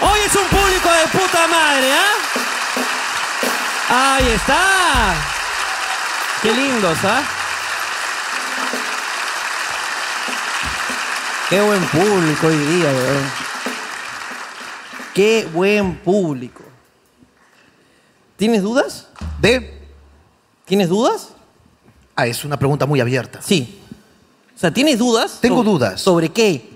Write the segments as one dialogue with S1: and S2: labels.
S1: Tenés un público de puta madre, ¿ah? Ahí está. Qué lindos, ¿ah?
S2: Qué buen público hoy día, weón. Qué buen público. ¿Tienes dudas?
S3: De.
S2: ¿Tienes dudas?
S3: Ah, es una pregunta muy abierta.
S2: Sí. O sea, ¿tienes dudas?
S3: Tengo
S2: So-
S3: dudas.
S2: ¿Sobre qué?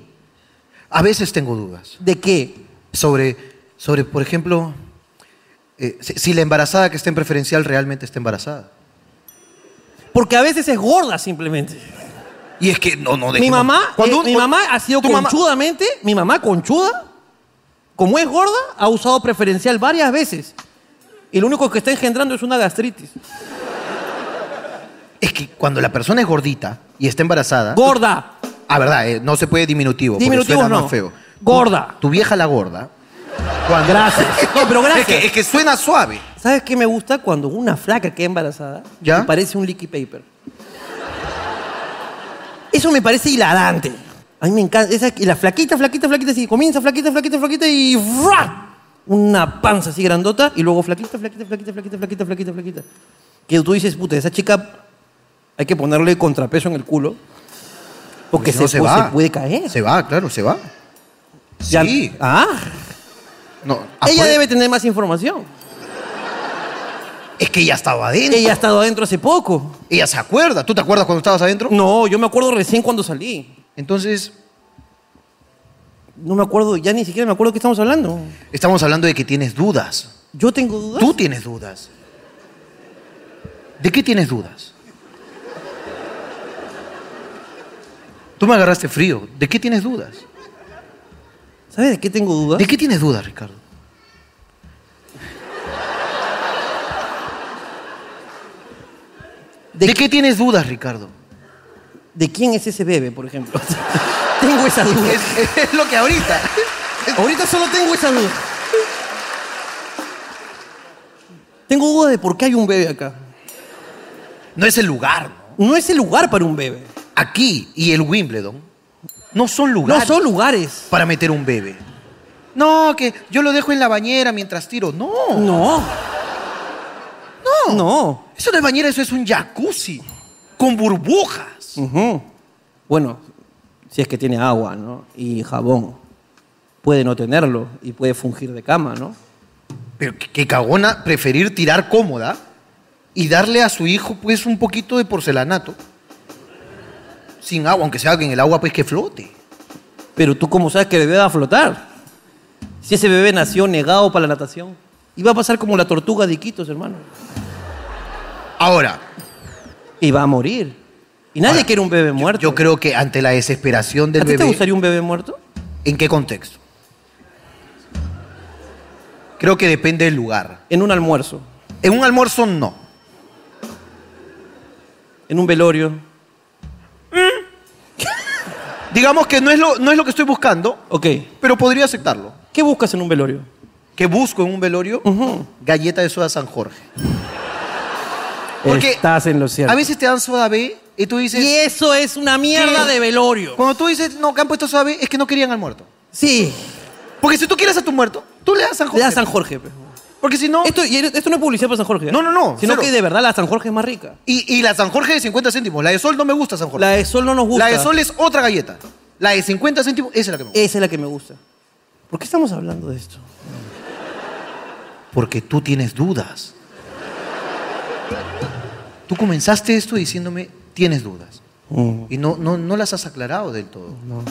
S3: A veces tengo dudas
S2: ¿De qué?
S3: sobre, sobre por ejemplo, eh, si, si la embarazada que está en preferencial realmente está embarazada.
S2: Porque a veces es gorda simplemente.
S3: Y es que no, no.
S2: Mi
S3: dejemos-
S2: mamá,
S3: Cuando
S2: eh,
S3: un-
S2: mi
S3: cuando-
S2: mamá ha sido
S3: tu mamá-
S2: conchudamente, mi mamá conchuda, como es gorda, ha usado preferencial varias veces. Y lo único que está engendrando es una gastritis.
S3: Es que cuando la persona es gordita y está embarazada.
S2: Gorda.
S3: Ah, verdad, eh, no se puede diminutivo. porque
S2: Diminutivo
S3: suena
S2: no.
S3: más feo.
S2: Gorda.
S3: Tu, tu vieja la gorda. cuando-
S2: Gracias. No, pero gracias.
S3: Es que, es que suena suave.
S2: ¿Sabes qué me gusta cuando una flaca queda embarazada?
S3: ¿Ya?
S2: Me parece un leaky paper. Eso me parece hilarante. A mí me encanta. Esa, y la flaquita, flaquita, flaquita, así. Comienza flaquita, flaquita, flaquita y ¡fra! Una panza así grandota y luego flaquita, flaquita, flaquita, flaquita, flaquita, flaquita, flaquita. Que tú dices, puta, esa chica hay que ponerle contrapeso en el culo. Porque
S3: Porque si Pues no,
S2: se, puede- se puede caer.
S3: Se va, claro, se va.
S2: Ya-
S3: Sí. Ah, e-
S2: Ah,
S3: No,
S2: ella
S3: apue-
S2: debe tener más información.
S3: Es que ella estaba adentro.
S2: Ella ha
S3: Ella...
S2: estado adentro hace poco.
S3: se acuerda. ¿Tú te acuerdas cuando estabas adentro?
S2: No, yo me acuerdo recién cuando salí.
S3: Entonces,
S2: No me acuerdo, ya ni siquiera me acuerdo de qué estamos hablando.
S3: estamos hablando de que tienes dudas.
S2: Yo tengo dudas.
S3: Tú tienes dudas. ¿De qué tienes dudas? Tú me agarraste frío. ¿De qué tienes dudas?
S2: ¿Sabes de qué tengo dudas?
S3: ¿De qué tienes dudas, Ricardo? ¿De, qué tienes dudas, Ricardo?
S2: ¿De quién es ese bebé, por ejemplo? tengo esa duda.
S3: Es, es lo que ahorita.
S2: Ahorita solo tengo esa duda. Tengo dudas de por qué hay un bebé acá.
S3: No es el lugar, ¿no?
S2: No es el lugar para un bebé.
S3: Aquí y el Wimbledon no son
S2: No
S3: lugares
S2: son lugares.
S3: para meter un bebé. No, que yo lo dejo en la bañera mientras tiro. No,
S2: No. No. No.
S3: eso no es bañera, eso es un jacuzzi con burbujas.
S2: Ujú. Bueno, si es que tiene agua, ¿no? Y jabón. Puede no tenerlo y puede fungir de cama, ¿no?
S3: Pero qué qué cagona preferir tirar cómoda y darle a su hijo pues un poquito de porcelanato sin agua, aunque sea que en el agua pues que flote.
S2: Pero tú cómo sabes que el bebé va a flotar. Si ese bebé nació negado para la natación, iba a pasar como la tortuga de Iquitos, hermano.
S3: Ahora,
S2: Y va a morir. Y nadie
S3: Ahora,
S2: quiere un bebé muerto.
S3: yo creo que ante la desesperación del
S2: ¿A ti te
S3: bebé,
S2: gustaría un bebé muerto?
S3: ¿en qué contexto? Creo que depende del lugar.
S2: En un almuerzo,
S3: En un almuerzo no.
S2: en un velorio.
S3: Digamos que no es lo, no es lo que estoy buscando,
S2: Ok.
S3: pero podría aceptarlo.
S2: ¿Qué buscas en un velorio?
S3: Que busco en un velorio
S2: Ujú.
S3: galleta de soda San Jorge. Porque
S2: Estás en lo cierto.
S3: a veces te dan soda B y tú dices...
S2: Y eso es una mierda
S3: ¿Qué?
S2: de velorio.
S3: Cuando tú dices, no, que han puesto suave, es que no querían al muerto.
S2: Sí.
S3: Porque si tú quieres a tu muerto, tú le das San
S2: Le
S3: Jorge.
S2: da San Jorge. pe.
S3: Porque si no...
S2: Esto, y esto no es publicidad para San Jorge. ¿eh?
S3: No, no, no,
S2: Sino
S3: cero.
S2: que de verdad la San Jorge es más rica.
S3: Y, y la San Jorge de 50 céntimos. La de Sol no me gusta, San Jorge.
S2: La de Sol no nos gusta.
S3: La de Sol es otra galleta. La de 50 céntimos, esa es la que me gusta.
S2: Esa es la que me gusta. ¿Por qué estamos hablando de esto?
S3: Porque tú tienes dudas. Tú comenzaste esto diciéndome, tienes dudas. Y no, no, no las has aclarado del todo. Mm.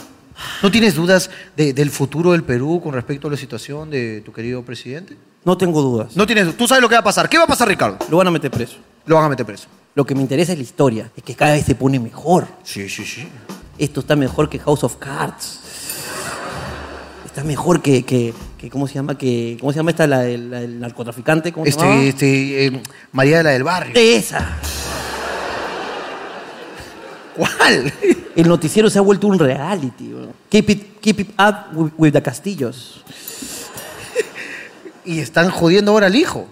S3: No. tienes dudas de- del futuro del Perú con respecto a la situación de tu querido presidente?
S2: No tengo dudas.
S3: No tienes Tú sabes lo que va a pasar. ¿Qué va a pasar, Ricardo?
S2: Lo van a meter preso.
S3: Lo van a meter preso.
S2: Lo que me interesa es la historia. Es que cada vez se pone mejor.
S3: Sí, sí, sí.
S2: Esto está mejor que House of Cards. Está mejor que, que, que- ¿cómo se llama? Que, ¿Cómo se llama esta? La del, la del narcotraficante. ¿Cómo se llamaba?
S3: Este, este, eh, María de la del Barrio.
S2: Esa.
S3: ¿Cuál?
S2: El noticiero se ha vuelto un reality. bro. Keep it, keep it up with, with the Castillos.
S3: Y están jodiendo ahora al hijo.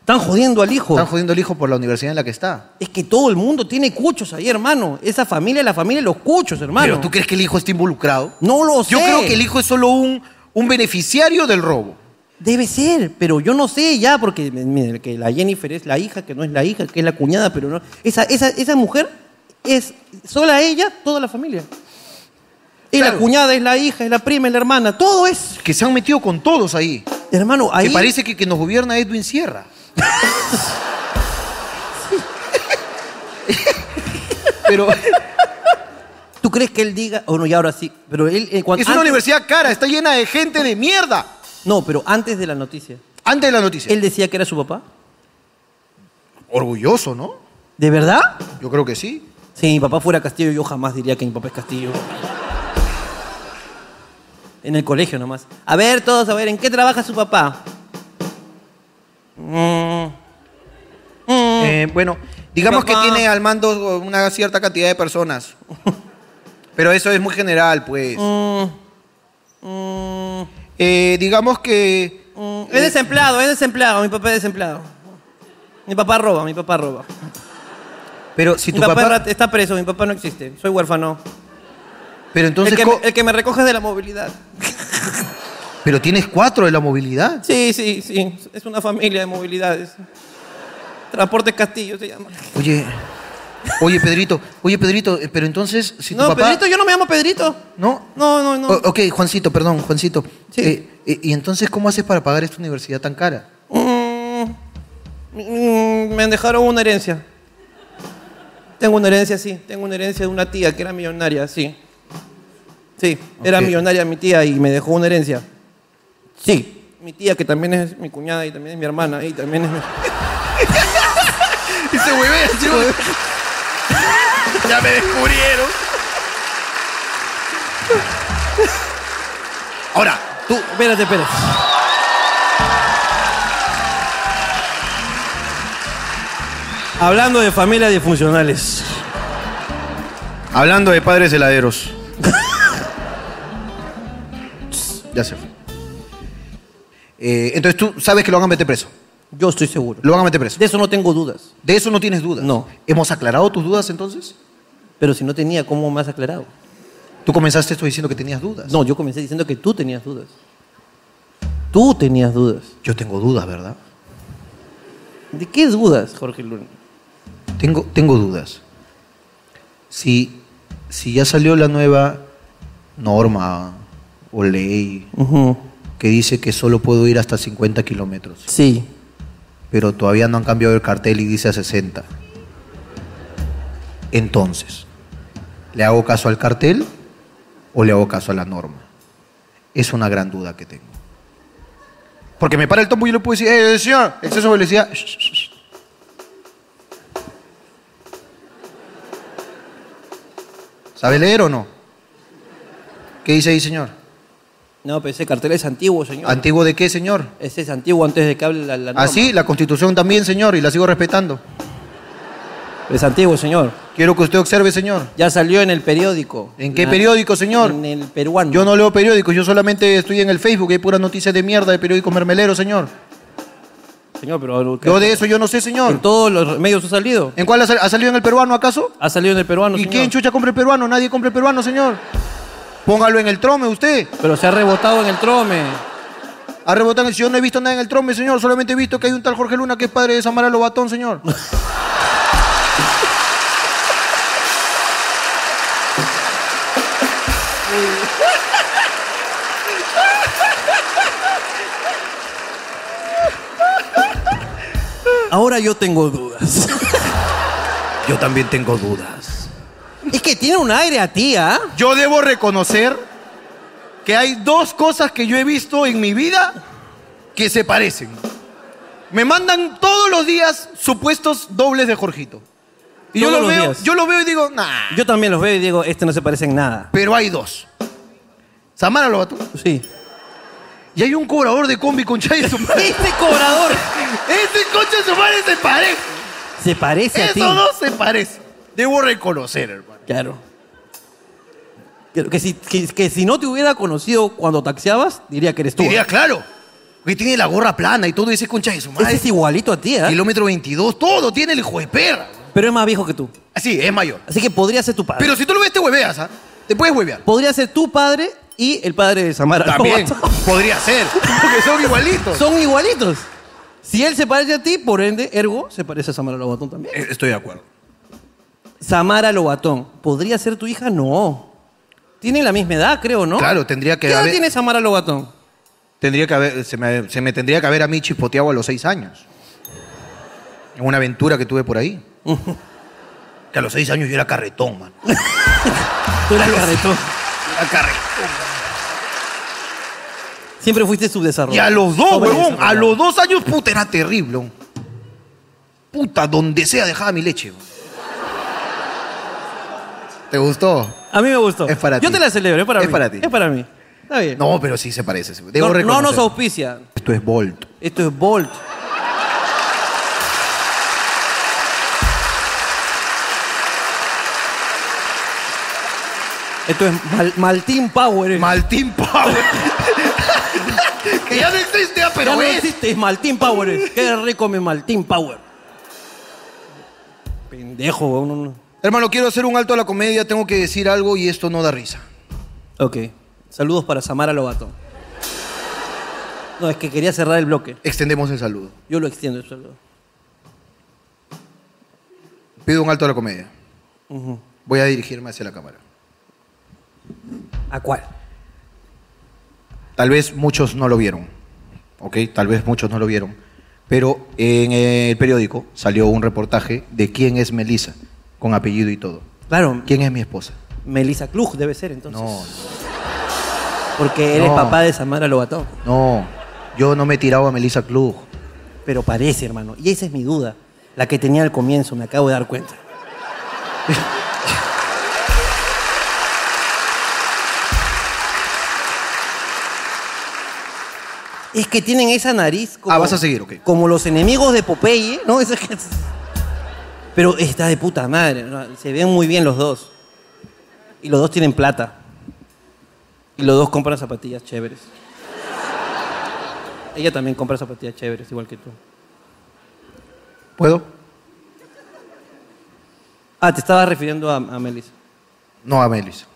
S2: Están jodiendo al hijo.
S3: Están jodiendo al hijo por la universidad en la que está.
S2: Es que todo el mundo tiene cuchos ahí, hermano. Esa familia, es la familia de los cuchos, hermano.
S3: Pero tú crees que el hijo está involucrado?
S2: No lo sé.
S3: Yo creo que el hijo es solo un, un beneficiario del robo.
S2: Debe ser, pero yo no sé ya, porque mire, que la Jennifer es la hija, que no es la hija, que es la cuñada, pero no. Esa, esa, esa mujer es sola ella, toda la familia. Es
S3: Claro.
S2: la cuñada, es la hija, es la prima, es la hermana, todo es.
S3: Que se han metido con todos ahí.
S2: Hermano, ahí.
S3: Que parece que, que nos gobierna Edwin Sierra. Pero
S2: ¿Tú crees que él diga.? Oh, no, y ahora sí. Pero él. eh, cuando-
S3: es una
S2: antes-
S3: universidad cara, está llena de gente de mierda.
S2: No, pero antes de la noticia.
S3: Antes de la noticia.
S2: Él decía que era su papá.
S3: Orgulloso, ¿no?
S2: ¿De verdad?
S3: Yo creo que sí.
S2: Si mi papá fuera Castillo, yo jamás diría que mi papá es Castillo. En el colegio nomás. A ver, todos, a ver, ¿en qué trabaja su papá? Mm,
S3: Eh, bueno, digamos que
S2: Papá.
S3: tiene al mando una cierta cantidad de personas. Pero eso es muy general, pues.
S2: mm, mm.
S3: Eh, digamos que.
S2: Mm, Es desempleado, es desempleado, mi papá es desempleado. Mi papá roba, mi papá roba.
S3: Pero si
S2: Mi
S3: tu
S2: papá,
S3: papá.
S2: es rat- está preso, mi papá no existe, soy huérfano.
S3: Pero
S2: El
S3: entonces.
S2: que,
S3: co-
S2: me, el que me recoge es de la movilidad.
S3: Pero tienes cuatro de la movilidad.
S2: Sí, sí, sí, es una familia de movilidades. Transporte Castillo se llama.
S3: Oye. Oye, Pedrito. Oye, Pedrito. eh, Pero entonces, si tu
S2: No,
S3: papá.
S2: Pedrito, yo no me llamo Pedrito.
S3: No.
S2: No, no, no.
S3: O- ok, Juancito, perdón, Juancito.
S2: Sí.
S3: Eh, eh, ¿Y entonces cómo haces para pagar esta universidad tan cara?
S2: Mm, mm, me dejaron una herencia. Tengo una herencia, sí. Tengo una herencia de una tía que era millonaria, sí. Sí, era
S3: Ok.
S2: millonaria mi tía y me dejó una herencia. Sí. Mi tía, que también es mi cuñada y también es mi hermana y también es mi...
S3: Ese huevea, Ya me descubrieron. Ahora,
S2: Tú, espérate, espérate. Hablando de familias disfuncionales.
S3: hablando de padres heladeros. ya se fue. Eh, entonces tú sabes que lo van a meter preso.
S2: Yo estoy seguro.
S3: Lo van a meter preso.
S2: De eso no tengo dudas.
S3: De eso no tienes dudas.
S2: No.
S3: ¿Hemos aclarado tus dudas entonces?
S2: Pero si no tenía, ¿cómo me has aclarado?
S3: Tú comenzaste esto diciendo que tenías dudas.
S2: No, yo comencé diciendo que tú tenías dudas. Tú tenías dudas.
S3: Yo tengo dudas, ¿verdad?
S2: ¿De qué dudas, Jorge Luna?
S3: Tengo, tengo dudas. Si, si ya salió la nueva norma o ley que dice que solo puedo ir hasta 50 kilómetros,
S2: Sí.
S3: pero todavía no han cambiado el cartel y dice a 60. Entonces, ¿le hago caso al cartel o le hago caso a la norma? Es una gran duda que tengo. Porque me para el tombo y yo le puedo decir, eh, señor, exceso de velocidad. Shh, shh, shh. ¿Sabe leer o no? ¿Qué dice ahí, señor?
S2: No, pero ese cartel es antiguo, señor.
S3: ¿Antiguo de qué, señor?
S2: ese es antiguo antes de que hable la, la norma.
S3: Así, la constitución también, señor, y la sigo respetando.
S2: Es antiguo, señor.
S3: Quiero que usted observe, señor.
S2: Ya salió en el periódico. Ah,
S3: ¿En qué periódico, señor?
S2: En el peruano.
S3: Yo no leo periódicos, yo solamente estoy en el Facebook, hay puras noticias de mierda de periódicos mermeleros, señor.
S2: Señor, pero...
S3: Yo de eso yo no sé,
S2: En
S3: señor.
S2: todos los medios ha salido.
S3: ¿En cuál ha sal- ha salido en el peruano acaso?
S2: Ha salido en el peruano,
S3: ¿Y
S2: señor.
S3: quién chucha compra el peruano? Nadie compra el peruano, señor. Póngalo en el trome usted.
S2: Pero se ha rebotado en el trome.
S3: A rebotar, yo no he visto nada en el trome, señor. Solamente he visto que hay un tal Jorge Luna que es padre de Samara Lobatón, señor.
S2: Ahora yo tengo dudas.
S3: Yo también tengo dudas.
S2: es que tiene un aire a ti, ¿ah?
S3: Yo debo reconocer que hay dos cosas que yo he visto en mi vida que se parecen. Me mandan todos los días supuestos dobles de Jorgito. Y yo
S2: Todos
S3: los
S2: los
S3: veo,
S2: días.
S3: yo los veo y digo, nah.
S2: Yo también los veo y digo, este no se parece en nada.
S3: Pero hay dos. Samara Lobatón.
S2: Sí.
S3: Y hay un cobrador de combi con Chay de su madre.
S2: Este cobrador
S3: Ese coche de su madre se parece.
S2: se parece a ti.
S3: Esos dos se parecen. Debo reconocer, hermano.
S2: Claro. Pero que, si, que, que si no te hubiera conocido cuando taxiabas, diría que eres tú. ¿eh?
S3: Diría, claro. Que tiene la gorra plana y todo ese concha de su
S2: Ese
S3: madre.
S2: es igualito a ti, ¿ah?
S3: Kilómetro 22, todo tiene el hijo de perra.
S2: Pero es más viejo que tú.
S3: Así, es mayor.
S2: Así que podría ser tu padre.
S3: Pero si tú lo ves, te hueveas, ¿ah? Te puedes huevear.
S2: Podría ser tu padre y el padre de Samara.
S3: También
S2: Lobato.
S3: podría ser, porque son igualitos.
S2: Son igualitos. Si él se parece a ti, por ende, ergo, se parece a Samara Lobatón también.
S3: Eh, Estoy de acuerdo.
S2: Samara Lobatón, ¿podría ser tu hija? No. Tiene la misma edad, creo, ¿no?
S3: Claro, tendría que
S2: ¿Qué edad
S3: haber-
S2: tiene Samara Lobatón?
S3: Tendría que haber, se, me, se me tendría que haber a mí chispoteado a los seis años. En una aventura que tuve por ahí. que a los seis años yo era carretón, man.
S2: Tú eras carretón.
S3: Era carretón.
S2: Siempre fuiste subdesarrollado.
S3: Y a los dos,
S2: Sobre
S3: huevón, a
S2: desarrollado.
S3: los dos años, puta, era terrible. huevón. Puta, donde sea dejaba mi leche. huevón. ¿Te gustó?
S2: A mí me gustó.
S3: Es para
S2: Yo
S3: ti.
S2: te la celebro, es para
S3: Es
S2: mí.
S3: para ti.
S2: Es para mí. Está bien.
S3: No, pero sí se parece. sí. Debo
S2: No- no
S3: reconocer.
S2: nos auspicia.
S3: Esto es Bolt.
S2: Esto es Bolt. Esto es Mal- Maltín Power. eh.
S3: Maltín Power. que ya no existe, ah,
S2: Ya
S3: pero
S2: no
S3: es.
S2: existe, es Maltín Power. eh. Qué rico mi Maltín Power. Pendejo, weón, no, no.
S3: Hermano, quiero hacer un alto a la comedia, tengo que decir algo y esto no da risa.
S2: Ok. Saludos para Samara Lobato. No, es que quería cerrar el bloque.
S3: Extendemos el saludo.
S2: Yo lo extiendo el saludo.
S3: Pido un alto a la comedia. Voy a dirigirme hacia la cámara.
S2: ¿A cuál?
S3: Tal vez muchos no lo vieron, ¿ok? Tal vez muchos no lo vieron. Pero en el periódico salió un reportaje de quién es Melissa, con apellido y todo.
S2: Claro,
S3: ¿Quién es mi esposa?
S2: Melissa Klug debe ser entonces.
S3: No,
S2: Porque eres
S3: No.
S2: papá de Samara Lobatón.
S3: no. Yo no me he tirado a Melissa Club.
S2: Pero parece, hermano. Y esa es mi duda. La que tenía al comienzo, me acabo de dar cuenta. es que tienen esa nariz como...
S3: Ah, vas a seguir, ok.
S2: Como los enemigos de Popeye, ¿no? Eso es que- Pero está de puta madre. ¿no? Se ven muy bien los dos. Y los dos tienen plata. Y los dos compran zapatillas chéveres. Ella también compra zapatillas chéveres, igual que tú.
S3: ¿Puedo?
S2: Ah, te estaba refiriendo a, a Melissa.
S3: No a Melissa.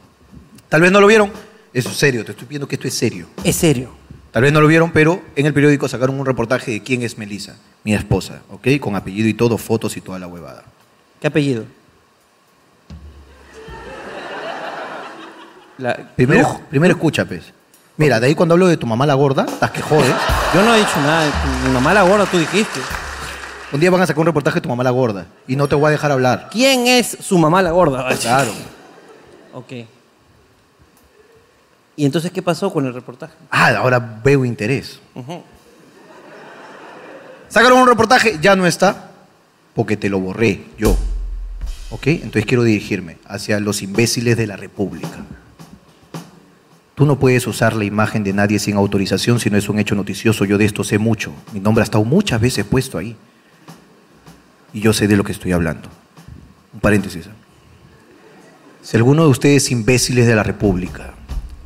S3: Tal vez no lo vieron. Es serio, te estoy pidiendo que esto es serio.
S2: Es serio.
S3: Tal vez no lo vieron, pero en el periódico sacaron un reportaje de quién es Melissa, mi esposa, ¿ok? Con apellido y todo, fotos y toda la huevada.
S2: ¿Qué apellido? La-
S3: Primero,
S2: Luj.
S3: primero escucha, pues. Mira, de ahí cuando hablo de tu mamá la gorda, las que jodes,
S2: Yo no he dicho nada. tu- Mi mamá la gorda, tú dijiste.
S3: un día van a sacar un reportaje de tu mamá la gorda y no te voy a dejar hablar.
S2: ¿Quién es su mamá la gorda?
S3: Claro.
S2: Ok. ¿Y entonces qué pasó con el reportaje?
S3: Ah, ahora veo interés. Sacaron un reportaje, ya no está, porque te lo borré yo. ¿Ok? Entonces quiero dirigirme hacia los imbéciles de la República. Tú no puedes usar la imagen de nadie sin autorización si no es un hecho noticioso. Yo de esto sé mucho. Mi nombre ha estado muchas veces puesto ahí. Y yo sé de lo que estoy hablando. Un paréntesis. Si alguno de ustedes imbéciles de la República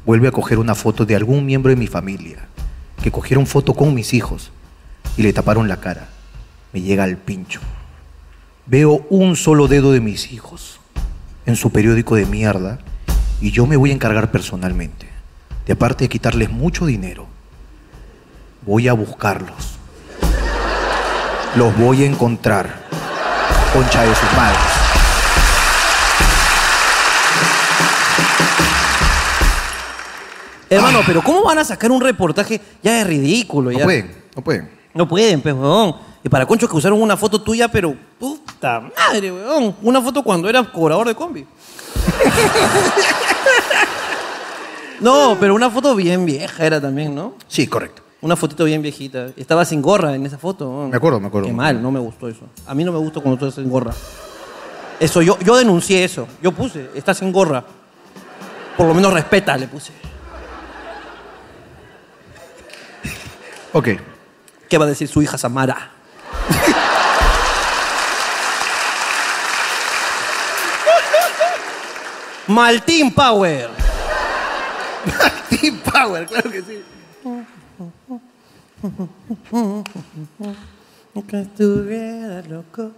S3: vuelve a coger una foto de algún miembro de mi familia, que cogieron foto con mis hijos y le taparon la cara, me llega al pincho. Veo un solo dedo de mis hijos en su periódico de mierda y yo me voy a encargar personalmente, de aparte de quitarles mucho dinero, voy a buscarlos. Los voy a encontrar, concha de sus madres.
S2: Hermano, pero ¿cómo van a sacar un reportaje? Ya es ridículo.
S3: No
S2: ya.
S3: pueden, no pueden.
S2: No pueden, pues, weón. Y para conchos que usaron una foto tuya, pero puta madre, weón. Una foto cuando eras cobrador de combi. no, pero una foto bien vieja era también, ¿no?
S3: Sí, correcto.
S2: Una fotito bien viejita. Estaba sin gorra en esa foto. weón.
S3: Me acuerdo, me acuerdo.
S2: Qué mal, no me gustó eso. A mí no me gustó cuando tú estás sin gorra. Eso, yo, yo denuncié eso. Yo puse, estás sin gorra. Por lo menos respeta, le puse.
S3: Ok.
S2: ¿Qué va a decir su hija Samara? Maltín Power.
S3: Team Power, claro que sí.
S2: Que estuviera loco,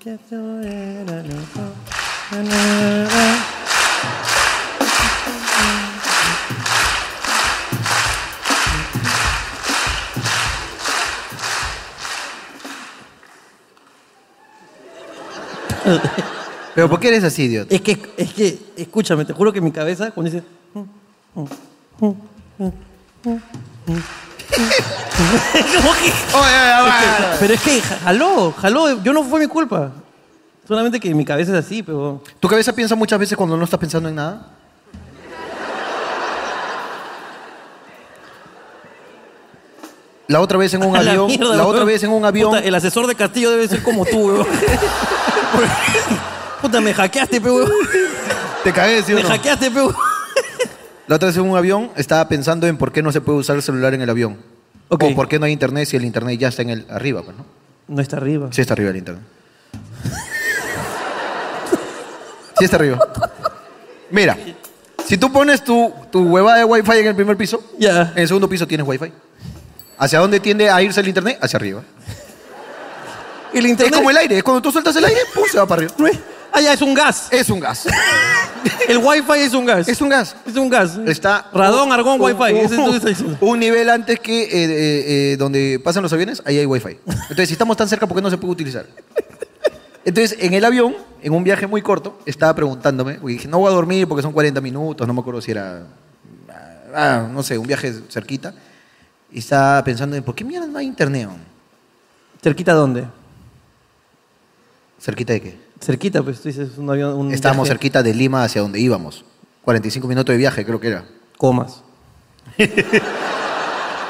S2: que estuviera loco.
S3: Pero ¿por qué eres así, idiota?
S2: Es que, es que, escúchame, te juro que mi cabeza, cuando dice. ¿Cómo que?
S3: Oye, oye, oye, oye.
S2: Pero es que jaló, jaló, yo no fue mi culpa. Solamente que mi cabeza es así, pero.
S3: ¿Tu cabeza piensa muchas veces cuando no estás pensando en nada? La otra vez en un
S2: A la
S3: avión,
S2: mierda,
S3: la,
S2: weón.
S3: otra vez en un avión,
S2: Puta, el asesor de Castillo debe ser como tú, weón. Puta, me hackeaste, pe, weón.
S3: te cagué, ¿sí o
S2: Me
S3: no?
S2: hackeaste, pe, weón.
S3: La otra vez en un avión estaba pensando en por qué no se puede usar el celular en el avión.
S2: Ok.
S3: O por qué no hay internet si el internet ya está en el arriba, pues, ¿no?
S2: No está arriba.
S3: Sí está arriba el internet. Sí está arriba. Mira, si tú pones tu, tu huevada de wifi en el primer piso,
S2: Ya.
S3: en el segundo piso tienes wifi. ¿Hacia dónde tiende a irse el internet? Hacia arriba.
S2: El
S3: Es
S2: internet.
S3: como el aire, es cuando tú sueltas el aire, ¡pum! se va para arriba.
S2: No es- Ah, ya, es un gas.
S3: Es un gas.
S2: El wifi es un gas.
S3: Es un gas.
S2: Es un gas.
S3: Está. Oh,
S2: Radón, argón,
S3: un-
S2: wifi.
S3: un-
S2: Ese es lo que está diciendo.
S3: Un nivel antes que eh, eh, eh, donde pasan los aviones, ahí hay wifi. Entonces, si estamos tan cerca, ¿por qué no se puede utilizar? Entonces, en el avión, en un viaje muy corto, estaba preguntándome, y dije, no voy a dormir porque son 40 minutos, no me acuerdo si era, ah, no sé, un viaje cerquita. Y estaba pensando en, ¿por qué mierda no hay internet? man?
S2: ¿Cerquita dónde?
S3: ¿Cerquita de qué?
S2: Cerquita, pues tú dices un avión. Un
S3: Estábamos
S2: viaje.
S3: cerquita de Lima hacia donde íbamos. 45 minutos de viaje, creo que era.
S2: Comas.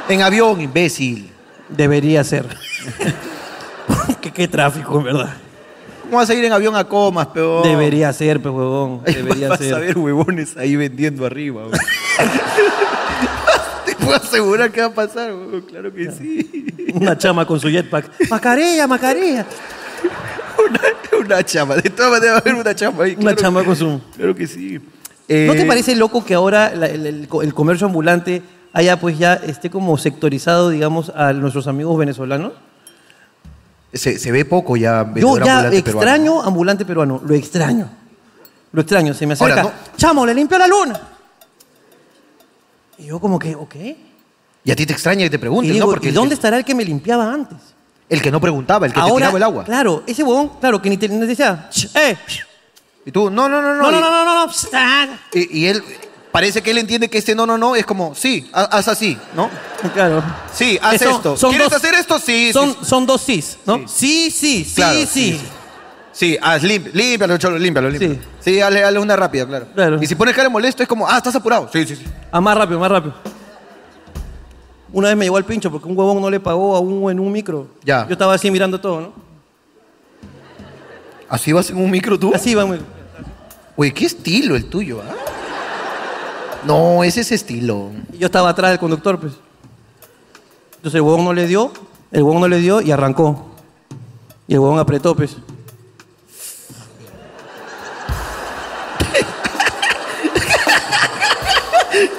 S3: En avión, imbécil.
S2: Debería ser. qué, qué tráfico, en verdad.
S3: ¿Cómo vas a ir en avión a comas, peor?
S2: Debería ser, pues, huevón. Debería
S3: vas
S2: ser.
S3: a ver huevones ahí vendiendo arriba. güey. Te puedo asegurar que va a pasar, güey. claro que sí.
S2: Una chama con su jetpack. Macarella, Macarella.
S3: Una, una chamba, de todas maneras va a haber una chamba ahí.
S2: Una
S3: claro
S2: chamba
S3: que-
S2: con su.
S3: Claro que sí.
S2: ¿No
S3: Eh,
S2: te parece loco que ahora la- el, el co- el comercio ambulante haya pues ya esté como sectorizado, digamos, a nuestros amigos venezolanos?
S3: Se, se ve poco ya.
S2: Yo
S3: vendedor
S2: ya
S3: ambulante
S2: extraño ambulante peruano, lo extraño. Lo extraño, se me
S3: Ahora,
S2: acerca.
S3: no-
S2: Chamo, le limpio la luna. Y yo como que, ok.
S3: peruano. Y a ti te extraña que te
S2: Y
S3: pregunten,
S2: digo,
S3: ¿no?
S2: ¿y
S3: Porque el
S2: dónde
S3: que-
S2: estará el que me limpiaba antes?
S3: El que no preguntaba, el que te tiraba el agua.
S2: claro, ese huevón, claro, que ni te ni te decía, "Ch, eh,
S3: Y tú, no, no, no, no.
S2: no, no,
S3: y,
S2: no, no, no, no, pss, ah".
S3: Y, y él, parece que él entiende que este no, no, no es como, sí, ha- haz así, ¿no?
S2: Claro.
S3: Sí, haz
S2: Eh, son-
S3: esto.
S2: son
S3: ¿Quieres
S2: dos-
S3: hacer esto? Sí,
S2: Son,
S3: sí,
S2: son dos sís, ¿no? Sí, sí, sí,
S3: Claro,
S2: sí.
S3: sí, Sí, haz, limp- límpialo, cholo, límpialo, límpialo.
S2: Sí.
S3: Sí, dale, dale una rápida, claro.
S2: Claro.
S3: Y si pones cara de molesto, es como, ah, estás apurado. Sí, sí, sí.
S2: Ah, más rápido, más rápido. Una vez me llegó al pincho porque un huevón no le pagó a un en un micro.
S3: Ya.
S2: Yo estaba así mirando todo, ¿no?
S3: ¿Así vas en un micro tú?
S2: Así vamos.
S3: Uy, qué estilo el tuyo, ¿ah? No, ese es estilo.
S2: Y Yo estaba atrás del conductor, pues. Entonces el huevón no le dio, el huevón no le dio y arrancó. Y el huevón apretó, pues.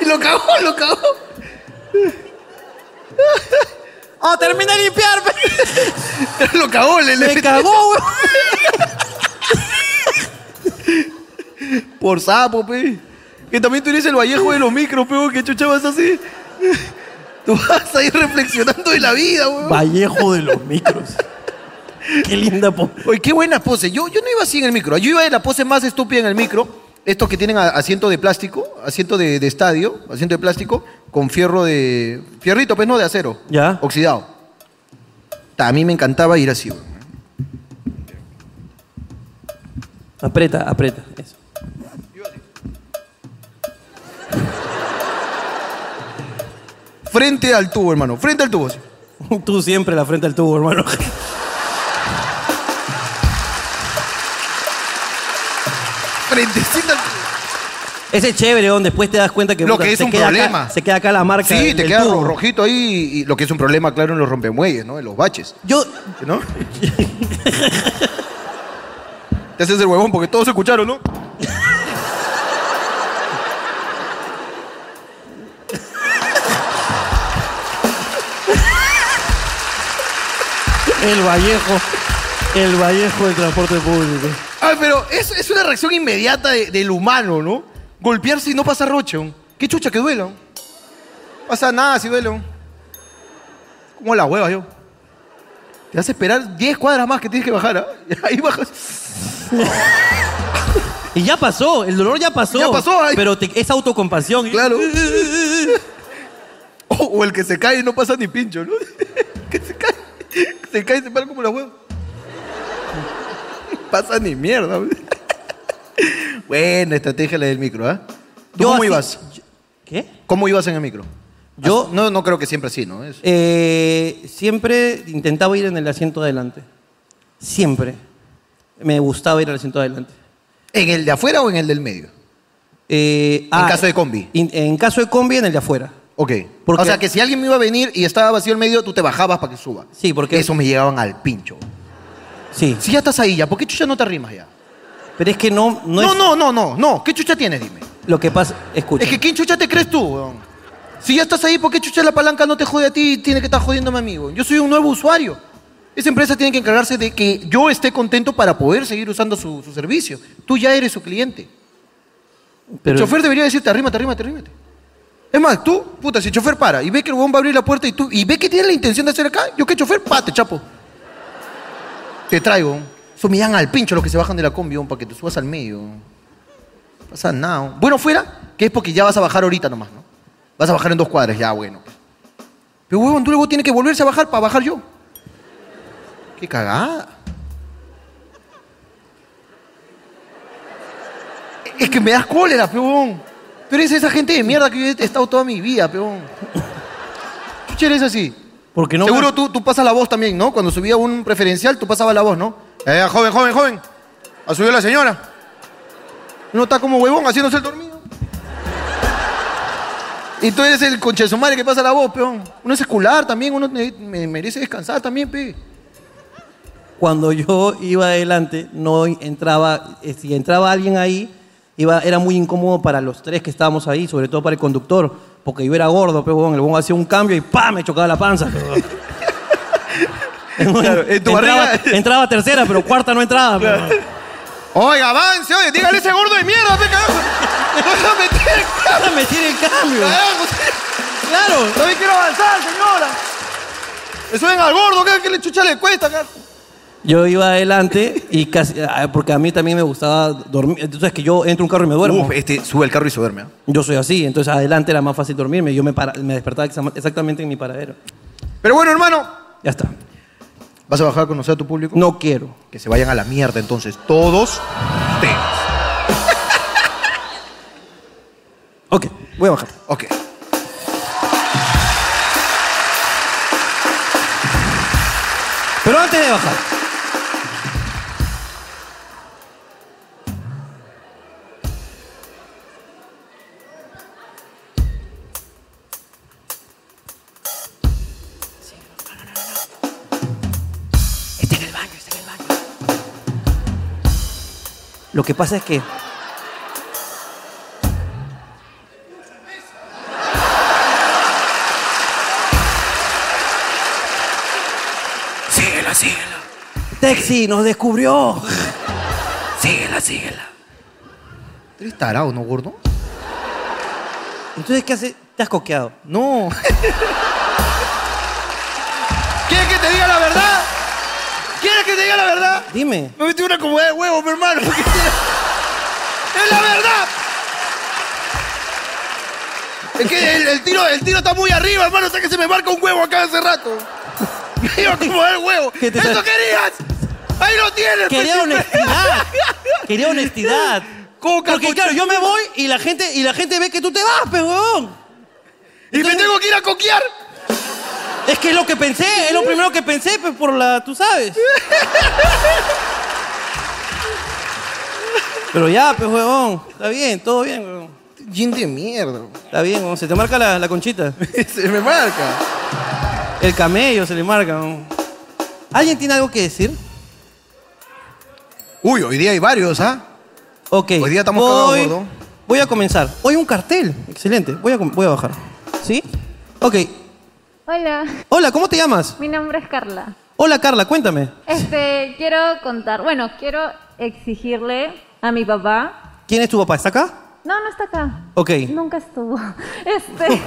S3: Y lo cagó, lo cagó.
S2: ¡Oh, termina de limpiar, pues!
S3: lo cagó, le, le-
S2: ¡Me cagó, huevón!
S3: Por sapo, pe. Que también tú eres el vallejo de los micros, pe, que chucha vas así. Tú vas ahí reflexionando de la vida, weón.
S2: Vallejo de los micros. Qué linda po.
S3: Oye, qué buena pose. Yo, yo no iba así en el micro. Yo iba de la pose más estúpida en el micro. Estos que tienen a- asiento de plástico, asiento de, de estadio, asiento de plástico, con fierro de. Fierrito, pues no, de acero.
S2: Ya.
S3: Oxidado. Ta, A mí me encantaba ir así. weón.
S2: Aprieta, aprieta. Eso.
S3: Frente al tubo, hermano. Frente al tubo. así.
S2: Tú siempre la frente al tubo, hermano.
S3: Frentecita al tubo.
S2: Ese es chévere, donde después te das cuenta que,
S3: Lo
S2: puta,
S3: que es
S2: se
S3: un
S2: queda acá-
S3: problema.
S2: se queda acá la marca.
S3: Sí,
S2: del-
S3: te
S2: del
S3: queda
S2: tubo.
S3: ro- rojito ahí, y, y lo que es un problema, claro, en los rompemuelles, ¿no? En los baches.
S2: Yo,
S3: ¿No? Te haces el huevón porque todos escucharon, ¿no?
S2: el Vallejo, el Vallejo del transporte público.
S3: Ah, pero es, es una reacción inmediata de- del humano, ¿no? Golpearse y no pasa roche. ¿no? Qué chucha que duela. ¿no? Pasa nada si duele. ¿no? Como la hueva yo. Te hace esperar 10 cuadras más que tienes que bajar, ¿ah? Ahí bajas.
S2: Y ya pasó, el dolor ya pasó.
S3: Ya pasó, ay.
S2: Pero te- es autocompasión.
S3: Claro. o, o el que se cae y no pasa ni pincho, ¿no? que se cae. Se cae y se para como la hueva. pasa ni mierda. güey. Buena estrategia la del micro, ¿ah? ¿Tú
S2: Yo
S3: ¿Cómo
S2: así-
S3: ibas?
S2: yo- ¿Qué?
S3: ¿Cómo ibas en el micro?
S2: Yo-
S3: Ah, No, no creo que siempre así, ¿no? Es-
S2: Eh, siempre intentaba ir en el asiento de adelante. Siempre. Me gustaba ir al asiento de adelante.
S3: ¿En el de afuera o en el del medio?
S2: Eh,
S3: caso de combi.
S2: in- en caso de combi, en el de afuera.
S3: Ok.
S2: Porque-
S3: O sea, que si alguien me iba a venir y estaba vacío el medio, tú te bajabas para que suba.
S2: Sí, porque-
S3: Eso me llegaban al pincho.
S2: Sí.
S3: Si ya estás ahí ya, ¿por qué chucha no te arrimas ya?
S2: Pero es que no, no,
S3: No,
S2: es
S3: no, no, no, no. ¿Qué chucha tienes, dime?
S2: lo que pasa. Escucha.
S3: Es que ¿quién chucha te crees tú, weón? Si ya estás ahí, ¿por qué chucha la palanca no te jode a ti y tiene que estar jodiéndome a mí, weón? Yo soy un nuevo usuario. Esa empresa tiene que encargarse de que yo esté contento para poder seguir usando su, su servicio. Tú ya eres su cliente.
S2: pero-
S3: El chofer debería decirte, arrímate, arrímate, arrímate. Es más, tú, puta, si el chofer para y ve que el huevón va a abrir la puerta y tú, y ve que tiene la intención de hacer acá, yo que chofer, pa, te chapo. Te traigo. Eso me dan al pincho los que se bajan de la combi, para que te subas al medio. No Pasa nada. weón. Bueno, fuera, que es porque ya vas a bajar ahorita nomás, ¿no? Vas a bajar en dos cuadras, ya, bueno. Pero huevón, tú luego tienes que volverse a bajar para bajar yo. Qué cagada. Es que me das cólera, peón. Tú eres esa gente de mierda que yo he estado toda mi vida, peón. Chucha, eres así.
S2: Porque no
S3: Seguro tú, tú pasas la voz también, ¿no? Cuando subía un preferencial, tú pasabas la voz, ¿no? Eh, joven, joven, joven. Ha subido la señora. Uno está como huevón haciéndose el dormido. Y tú eres el conche de su madre que pasa la voz, peón. Uno es escolar también, uno ne- me- merece descansar también, pe.
S2: cuando yo iba adelante, no entraba, eh, si entraba alguien ahí, iba, era muy incómodo para los tres que estábamos ahí, sobre todo para el conductor, porque yo era gordo, pero el huevón hacía un cambio y ¡pam! me chocaba la panza. pe, huevón.
S3: Claro, en tu
S2: entraba,
S3: barriga-
S2: entraba tercera, pero cuarta no entraba. pe, huevón.
S3: Oiga, avance, oye, dígale a ese gordo de mierda, pe, carajo. No se va a meter,
S2: Ahora ¡Ah, me tiene el cambio.
S3: carajo.
S2: Claro.
S3: También quiero avanzar, señora. Me suben al gordo, ¿qué, qué le chucha le cuesta? acá?
S2: Yo iba adelante y casi, ah, porque a mí también me gustaba dormir. Entonces es que yo entro a un carro y me duermo.
S3: Uf, este sube el carro y se duerme. ¿ah?
S2: Yo soy así, entonces adelante era más fácil dormirme. Yo me, para- me despertaba exa- exactamente en mi paradero.
S3: Pero bueno, hermano.
S2: Ya está.
S3: ¿Vas a bajar a conocer a tu público?
S2: No quiero.
S3: Que se vayan a la mierda entonces, todos ustedes.
S2: Ok, voy a bajar.
S3: Ok.
S2: Pero antes de bajar. Está en el baño, está en el baño. Lo que pasa es que.
S1: Síguela, síguela.
S2: Taxi nos descubrió.
S1: Síguela, síguela.
S3: ¿Tú eres tarado, no, gordo?
S2: Entonces, ¿qué hace? Te has coqueado.
S3: No. ¿Quieres que te diga la verdad? ¿Quieres que te diga la verdad?
S2: Dime.
S3: Me metí una comodidad de huevo, mi hermano. porque- ¡Es la verdad! Es que el, el tiro, el tiro está muy arriba, hermano. O sea que se me marca un huevo acá hace rato. Me iba a acomodar el huevo.
S2: ¿Qué te
S3: ¡Eso
S2: sale?
S3: querías! ¡Ahí lo tienes!
S2: Quería
S3: pues,
S2: honestidad. Quería honestidad.
S3: Coca,
S2: Porque claro, yo me voy y la gente y la gente ve que tú te vas, pe huevón.
S3: ¡Y me tengo que ir a coquear!
S2: Es que es lo que pensé, es lo primero que pensé, pues por la, tú sabes. Pero ya, pues huevón, está bien, todo bien, huevón.
S3: Gin de mierda.
S2: Está bien, huevón. se te marca la, la conchita.
S3: se me marca.
S2: El camello se le marca. huevón. ¿Alguien tiene algo que decir?
S3: Uy, hoy día hay varios, ¿ah?
S2: Ok.
S3: Hoy día estamos
S2: voy,
S3: cagados, gordo.
S2: Voy a comenzar. Hoy un cartel. Excelente. Voy a, com- voy a bajar. ¿Sí? Ok.
S4: Hola,
S2: Hola, ¿cómo te llamas?
S4: mi nombre es Carla.
S2: Hola, Carla, cuéntame.
S4: Este, quiero contar, bueno, quiero exigirle a mi papá.
S2: ¿Quién es tu papá? ¿Está acá?
S4: No, no está acá.
S2: Ok.
S4: Nunca estuvo. Este,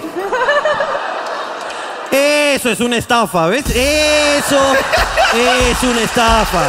S2: Eso es una estafa, ¿ves? Eso es una estafa.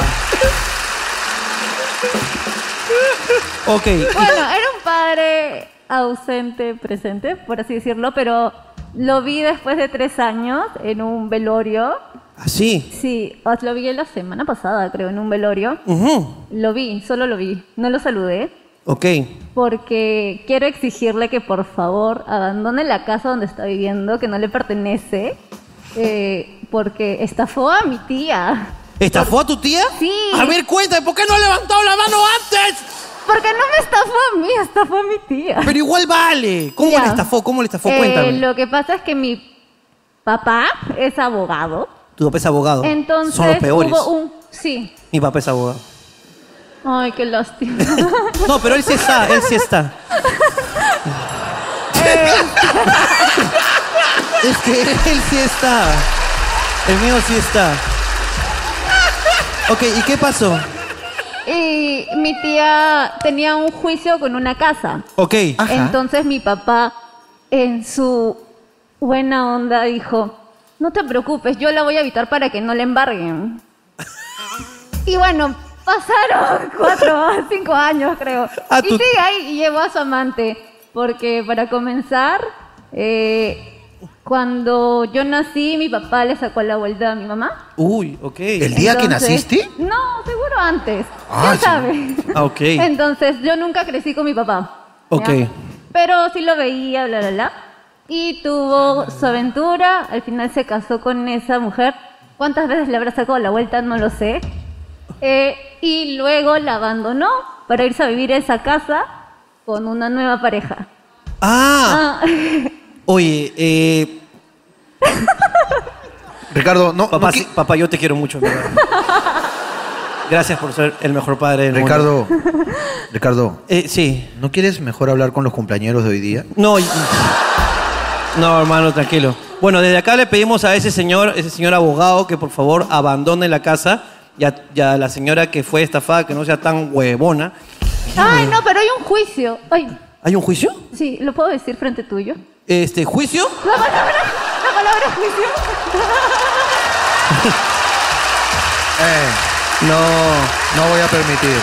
S2: Ok.
S4: Bueno, era un padre ausente, presente, por así decirlo, pero lo vi después de tres años en un velorio.
S2: Así.
S4: Sí, os lo vi la semana pasada, creo, en un velorio.
S2: Ujú.
S4: Lo vi, solo lo vi. No lo saludé
S2: Ok.
S4: porque quiero exigirle que por favor abandone la casa donde está viviendo, que no le pertenece, eh, porque estafó a mi tía.
S2: ¿Estafó a tu tía?
S4: Sí.
S2: A ver, cuéntame, ¿por qué no ha levantado la mano antes?
S4: Porque no me estafó a mí, estafó a mi tía.
S2: Pero igual vale. ¿Cómo
S4: Ya.
S2: le estafó? ¿Cómo le estafó?
S4: Eh,
S2: Cuéntame.
S4: lo que pasa es que mi papá es abogado,
S2: Tu papá es abogado.
S4: entonces
S2: Son los peores.
S4: hubo un... Sí.
S2: Mi papá es abogado.
S4: Ay, qué lástima.
S2: No, pero él sí está, él sí está. es que él sí está. El mío sí está. Ok, ¿y qué pasó?
S4: y mi tía tenía un juicio con una casa.
S2: Ok. Ah,
S3: Ajá.
S4: Entonces mi papá, en su buena onda, dijo, no te preocupes, yo la voy a evitar para que no la embarguen. y bueno, pasaron cuatro, cinco años creo.
S2: Ah,
S4: y
S2: tú-
S4: sigue ahí y llevó a su amante, porque para comenzar, eh, cuando yo nací, mi papá le sacó la vuelta a mi mamá.
S2: Uy, ok.
S3: El día que
S4: Entonces-
S3: naciste,
S4: No, seguro antes.
S3: Ah,
S4: ¿Quién
S3: sí.
S4: sabe?
S2: Ah, ok.
S4: Entonces, yo nunca crecí con mi papá. ¿ya?
S2: Ok.
S4: Pero sí lo veía, bla, bla, bla. Y tuvo su aventura. Al final se casó con esa mujer. ¿Cuántas veces le habrá sacado la vuelta? No lo sé. Eh, y luego la abandonó para irse a vivir a esa casa con una nueva pareja.
S2: Ah,
S4: Ah,
S2: oye, eh,
S3: Ricardo, no,
S2: papá,
S3: no qui-
S2: sí- papá, yo te quiero mucho. amigo. Gracias por ser el mejor padre del mundo.
S3: Ricardo, Ricardo,
S2: Eh, sí.
S3: ¿no quieres mejor hablar con los compañeros de hoy día?
S2: No, y- no, hermano, tranquilo. Bueno, desde acá le pedimos a ese señor, ese señor abogado, que por favor abandone la casa y a, y a la señora que fue estafada, que no sea tan huevona.
S4: Ay, no, pero hay un juicio. Ay,
S2: ¿Hay un juicio?
S4: sí, ¿lo puedo decir frente tuyo?
S2: Este, ¿juicio?
S4: La palabra, la palabra juicio.
S3: Eh,
S2: No.
S3: no voy a permitir.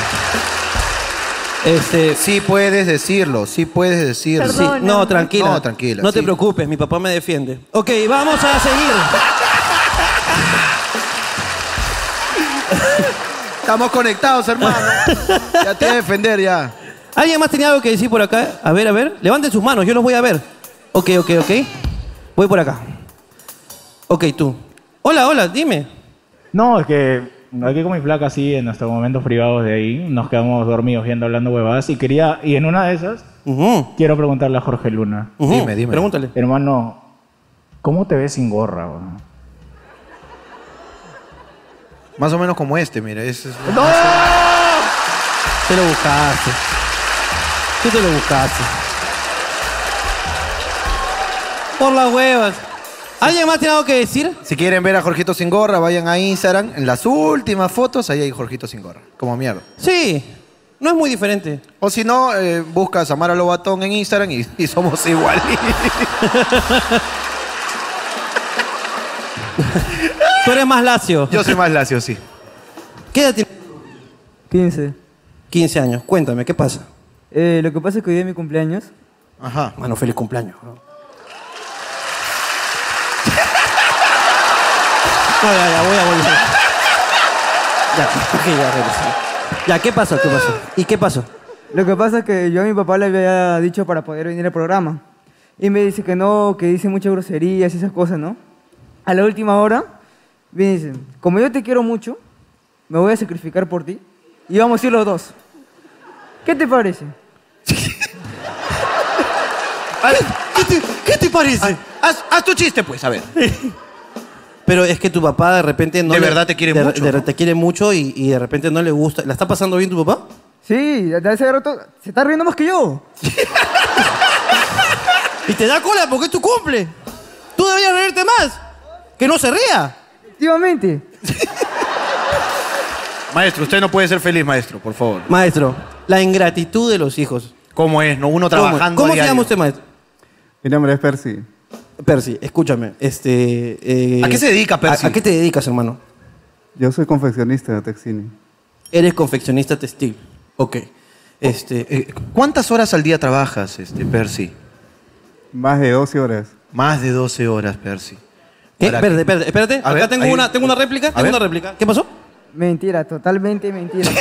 S2: Este,
S3: Sí puedes decirlo, sí puedes decirlo.
S2: sí,
S4: Perdona.
S2: no, tranquila.
S3: No, tranquila,
S2: No te
S3: sí.
S2: preocupes, mi papá me defiende. Ok, vamos a seguir.
S3: Estamos conectados, hermano. ya te voy a defender ya.
S2: ¿Alguien más tenía algo que decir por acá? A ver, a ver. Levanten sus manos, yo los voy a ver. Ok, ok, ok. Voy por acá. Ok, tú. Hola, hola, dime.
S5: No, es que aquí con mi flaca así, en nuestros momentos privados de ahí, nos quedamos dormidos viendo hablando huevadas y quería, y en una de esas,
S2: Ujú.
S5: quiero preguntarle a Jorge Luna,
S2: Ujú,
S3: Dime, dime.
S2: Pregúntale.
S5: hermano, ¿cómo te ves sin gorra? weón?
S3: Más o menos como este, mira. ese es-
S2: Te lo buscaste. Tú te lo buscaste. Por las huevas. ¿Alguien más tiene algo que decir?
S3: Si quieren ver a Jorgito sin gorra, vayan a Instagram. En las últimas fotos, ahí hay Jorgito sin gorra. Como mierda.
S2: Sí. No es muy diferente.
S3: O si no, eh, busca a Samara Lobatón en Instagram y, y somos iguales.
S2: Tú eres más lacio.
S3: Yo soy más lacio, sí.
S2: ¿Qué edad tienes?
S6: 15.
S2: 15 años. Cuéntame, ¿qué pasa?
S6: Eh, lo que pasa es que hoy día es mi cumpleaños.
S3: Ajá.
S2: Mano, feliz cumpleaños. bro. No, ya, ya, voy a volver. Ya, ok, ya regresé. Ya, ¿qué pasó? ¿Qué pasó? ¿Y qué pasó?
S6: Lo que pasa es que yo a mi papá le había dicho para poder venir al programa. Y me dice que no, que dice muchas groserías y esas cosas, ¿no? A la última hora, viene y dice, como yo te quiero mucho, me voy a sacrificar por ti y vamos a ir los dos. ¿Qué te parece?
S2: ¿Qué te, qué te parece?
S3: Haz, haz tu chiste, pues, a ver.
S2: Pero es que tu papá de repente no.
S3: De
S2: le-
S3: verdad te quiere
S2: de-
S3: mucho,
S2: de-
S3: ¿no?
S2: Te quiere mucho y, y de repente no le gusta. ¿La está pasando bien tu papá?
S6: Sí, de hace rato se está riendo más que yo.
S2: Y te da cola porque es tu cumple. Tú deberías reírte más. Que no se ría.
S6: Efectivamente.
S3: Maestro, usted no puede ser feliz, maestro, por favor.
S2: Maestro, la ingratitud de los hijos.
S3: ¿Cómo es? No, uno
S2: ¿Cómo-
S3: trabajando.
S2: ¿Cómo, se
S3: diario.
S2: llama usted, maestro?
S7: Mi nombre es Percy.
S2: Percy, escúchame. Este, eh,
S3: ¿A qué se dedica, Percy?
S2: ¿a, a qué te dedicas, hermano?
S7: Yo soy confeccionista de Texini.
S2: Eres confeccionista textil. Ok. Este,
S3: Eh, ¿Cuántas horas al día trabajas, este, Percy?
S7: Más de 12 horas.
S3: Más de 12 horas, Percy.
S2: ¿qué?
S3: Para-
S2: Eh, Espérate, espérate, espérate. Acá
S3: ver,
S2: tengo,
S3: ahí-
S2: una, tengo una réplica. Tengo
S3: ver.
S2: una réplica. ¿Qué pasó?
S6: Mentira, totalmente mentira.
S2: Oye,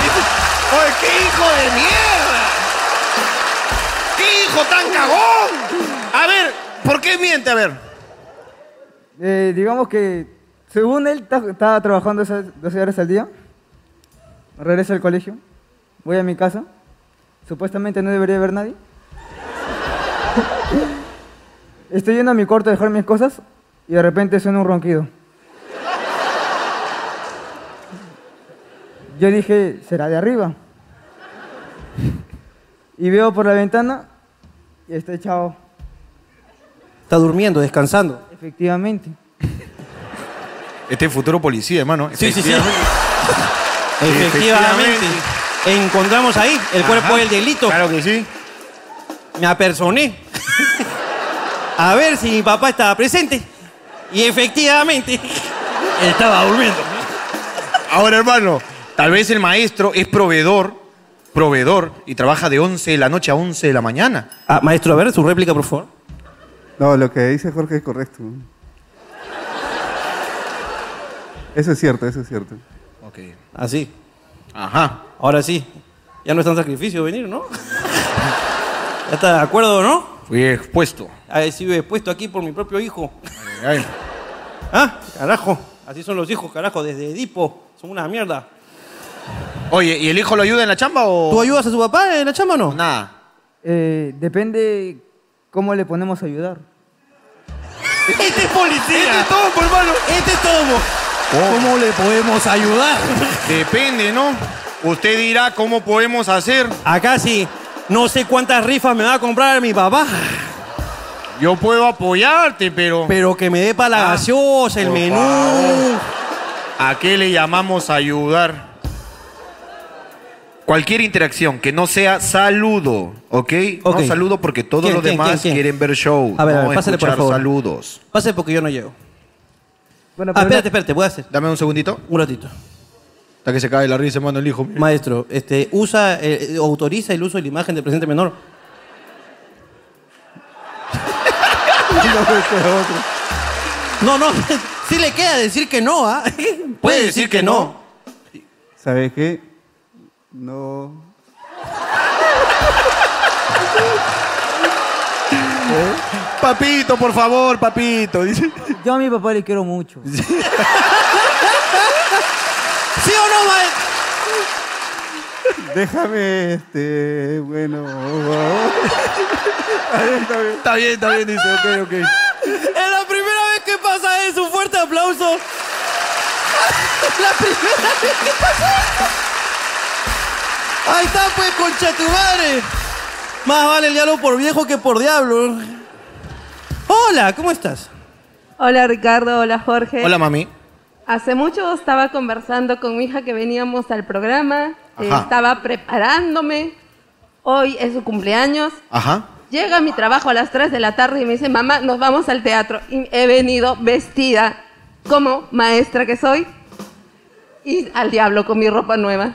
S2: ¿qué, oye, qué hijo de mierda! ¡Qué hijo tan cagón!
S3: A ver, ¿por qué miente? A ver.
S6: Eh, digamos que, según él, ta- estaba trabajando esas 12 horas al día. Regreso al colegio. Voy a mi casa. Supuestamente no debería haber nadie. Estoy yendo a mi cuarto a dejar mis cosas y de repente suena un ronquido. Yo dije, será de arriba. Y veo por la ventana y está echado,
S2: Está durmiendo, descansando.
S6: efectivamente.
S3: Este es futuro policía, hermano.
S2: Sí, sí, sí.
S3: Efectivamente.
S2: Efectivamente. Encontramos ahí el cuerpo del delito.
S3: Claro que sí.
S2: Me apersoné. A ver si mi papá estaba presente. Y efectivamente, él estaba durmiendo.
S3: Ahora, hermano, tal vez el maestro es proveedor, proveedor, y trabaja de 11 de la noche a 11 de la mañana.
S2: Ah, maestro, a ver su réplica, por favor.
S7: No, lo que dice Jorge es correcto. Eso es cierto, eso es cierto.
S3: Ok.
S2: Así.
S3: Ajá.
S2: Ah, Ahora sí. Ya no es tan sacrificio venir, ¿no? ya está de acuerdo, ¿no?
S3: Fui expuesto.
S2: A ver, sido expuesto aquí por mi propio hijo.
S3: Ay, ay.
S2: Ah, carajo. Así son los hijos, carajo, desde Edipo. Son una mierda.
S3: Oye, ¿y el hijo lo ayuda en la chamba o...?
S2: ¿Tú ayudas a su papá en la chamba o no?
S3: Nada.
S6: Eh, depende cómo le ponemos a ayudar.
S2: Este es policía.
S3: Este es todo, hermano.
S2: Este es todo. ¿Cómo le podemos ayudar?
S3: Oh. Depende, ¿no? Usted dirá cómo podemos hacer.
S2: Acá sí. No sé cuántas rifas me va a comprar mi papá,
S3: Yo puedo apoyarte, pero...
S2: pero que me dé para la
S3: Ah,
S2: gaseosa, el
S3: por
S2: menú.
S3: favor. ¿A qué le llamamos ayudar? Cualquier interacción que no sea saludo, ¿ok?
S2: Ok.
S3: No saludo porque todos
S2: ¿Quién,
S3: los
S2: quién,
S3: demás
S2: quién, quién?
S3: quieren ver show.
S2: A ver, a
S3: no
S2: ver, pásale, por
S3: escuchar
S2: favor.
S3: saludos.
S2: Pase porque yo no llego.
S6: Bueno,
S2: Ah,
S6: pero
S2: espérate, espérate, voy a hacer.
S3: Dame un segundito.
S2: Un ratito.
S3: Hasta que se cae la risa, hermano, el hijo.
S2: Maestro, este, usa, eh, eh, autoriza el uso de la imagen del presente menor. No, no, sí le queda decir que no, ¿ah? Puede decir que no.
S7: ¿Sabes qué? No.
S3: Papito, por favor, papito. Dice.
S6: Yo a mi papá le quiero mucho.
S2: ¿Sí o no, maestro?
S7: Déjame, este. Bueno.
S3: Está bien, está bien, dice. Ok, ok.
S2: Es la primera vez que pasa eso. Un fuerte aplauso. La primera vez que pasa eso. Ahí está, pues, concha tu madre. Más vale el diablo por viejo que por diablo. Hola, ¿cómo estás?
S8: Hola Ricardo, hola Jorge.
S3: Hola, mami.
S8: Hace mucho estaba conversando con mi hija que veníamos al programa, eh,
S3: Ajá.
S8: estaba preparándome. Hoy es su cumpleaños.
S3: Ajá.
S8: Llega a mi trabajo a las 3 de la tarde y me dice, mamá, nos vamos al teatro. Y he venido vestida como maestra que soy y al diablo con mi ropa nueva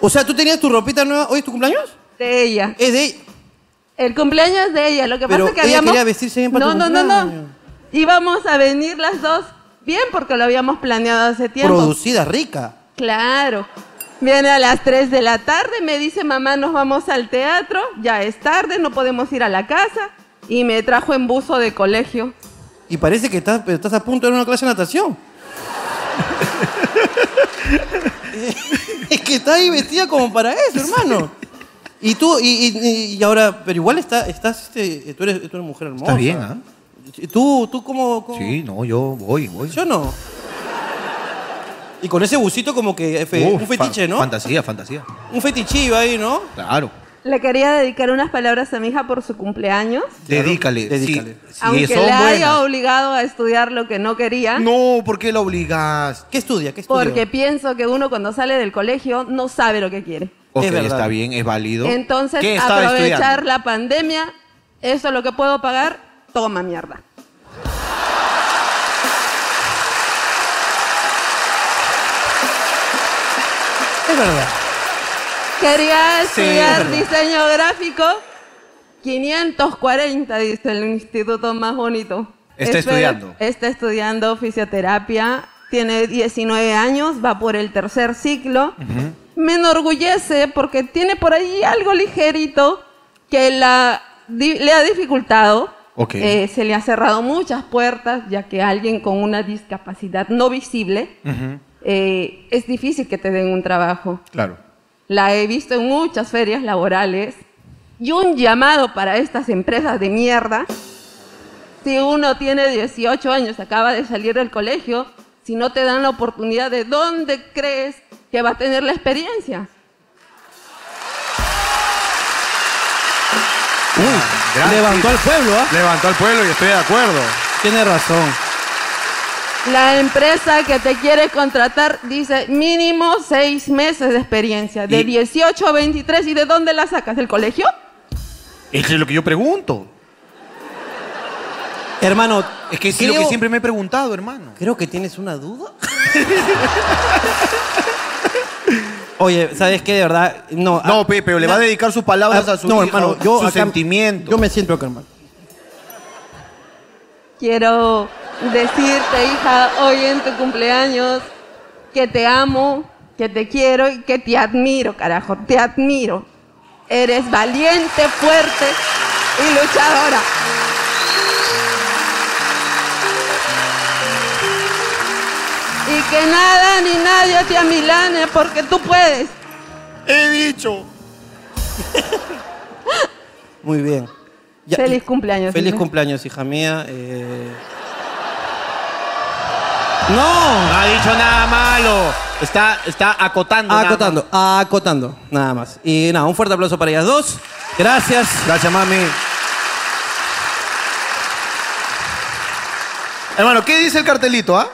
S2: O sea, ¿tú tenías tu ropita nueva? ¿Hoy es tu cumpleaños?
S8: de ella.
S2: Es de...
S8: El cumpleaños es de ella, lo que
S2: Pero
S8: pasa es que
S2: ella
S8: habíamos...
S2: quería vestirse bien para
S8: no,
S2: tu
S8: no, no, no.
S2: cumpleaños.
S8: Íbamos a venir las dos bien porque lo habíamos planeado hace tiempo.
S2: Producida, rica.
S8: Claro. Viene a las 3 de la tarde, me dice mamá, nos vamos al teatro, ya es tarde, no podemos ir a la casa. Y me trajo en buzo de colegio.
S2: Y parece que estás, estás a punto de una clase de natación. es que está ahí vestida como para eso, hermano. Y tú, y, y- y ahora, pero igual está, estás, este, tú, eres, tú eres mujer hermosa.
S3: Está bien, ¿ah?
S2: ¿Y ¿Tú, tú cómo, cómo?
S3: Sí, no, yo voy, voy.
S2: Yo no. Y con ese busito como que fe-
S3: Uf,
S2: un fetiche,
S3: fa-
S2: ¿no?
S3: Fantasía, fantasía.
S2: Un fetichillo ahí, ¿no?
S3: Claro.
S8: Le quería dedicar unas palabras a mi hija por su cumpleaños,
S3: Dedícale.
S2: dedícale.
S3: Si, si
S8: aunque
S3: son
S8: le haya
S3: buenas.
S8: obligado a estudiar lo que no quería,
S3: No, ¿por qué la obligas?
S2: ¿Qué estudia? ¿Qué estudia?
S8: porque pienso que uno cuando sale del colegio no sabe lo que quiere.
S3: Ok,
S2: Es verdad.
S3: está bien, es válido.
S8: Entonces,
S3: ¿Qué estaba
S8: aprovechar
S3: estudiando?
S8: la pandemia, eso es lo que puedo pagar, toma mierda.
S2: Es verdad.
S8: Quería estudiar diseño gráfico. 540, dice el instituto más bonito. Espero-
S9: Está estudiando.
S8: Está estudiando fisioterapia. Tiene 19 años, va por el tercer ciclo. Me enorgullece porque tiene por ahí algo ligerito que la, di- le ha dificultado.
S3: Ok.
S8: Eh, se le ha cerrado muchas puertas, ya que alguien con una discapacidad no visible eh, es difícil que te den un trabajo.
S9: Claro.
S8: La he visto en muchas ferias laborales. Y un llamado para estas empresas de mierda. Si uno tiene 18 años, acaba de salir del colegio, si no te dan la oportunidad, ¿de dónde crees que va a tener la experiencia?
S9: Gran
S2: Levantó al pueblo, ¿ah?
S9: Levantó al pueblo y estoy de acuerdo.
S2: Tiene razón.
S8: La empresa que te quiere contratar dice mínimo seis meses de experiencia, de
S9: Y-
S8: 18 a 23. ¿Y de dónde la sacas? ¿Del colegio?
S9: Es que es lo que yo pregunto.
S2: Hermano,
S9: Es que es lo
S2: creo-
S9: que siempre me he preguntado, hermano.
S2: Creo que tienes una duda. Oye, ¿sabes qué? De verdad, no. ah,
S9: No, Pepe, le va a
S2: na-
S9: dedicar sus palabras
S2: ah,
S9: a su
S2: No,
S9: hijo,
S2: hermano, yo
S9: sus
S2: acá-
S9: sentimientos.
S2: Yo me siento acá, hermano.
S8: Quiero decirte, hija, hoy en tu cumpleaños, que te amo, que te quiero y que te admiro, carajo, te admiro. Eres valiente, fuerte y luchadora. Y que nada ni nadie te amilane porque tú puedes.
S9: He dicho.
S2: Muy bien. Ya-
S8: Feliz cumpleaños.
S2: Feliz
S8: Silvia.
S2: cumpleaños, hija mía. eh. ¡No!
S9: No ha dicho nada malo. Está, está acotando. nada
S2: Acotando, acotando, nada más. Y nada, un fuerte aplauso para ellas dos. Gracias.
S9: más. Gracias, mami. Hermano, ¿qué dice el cartelito, ah?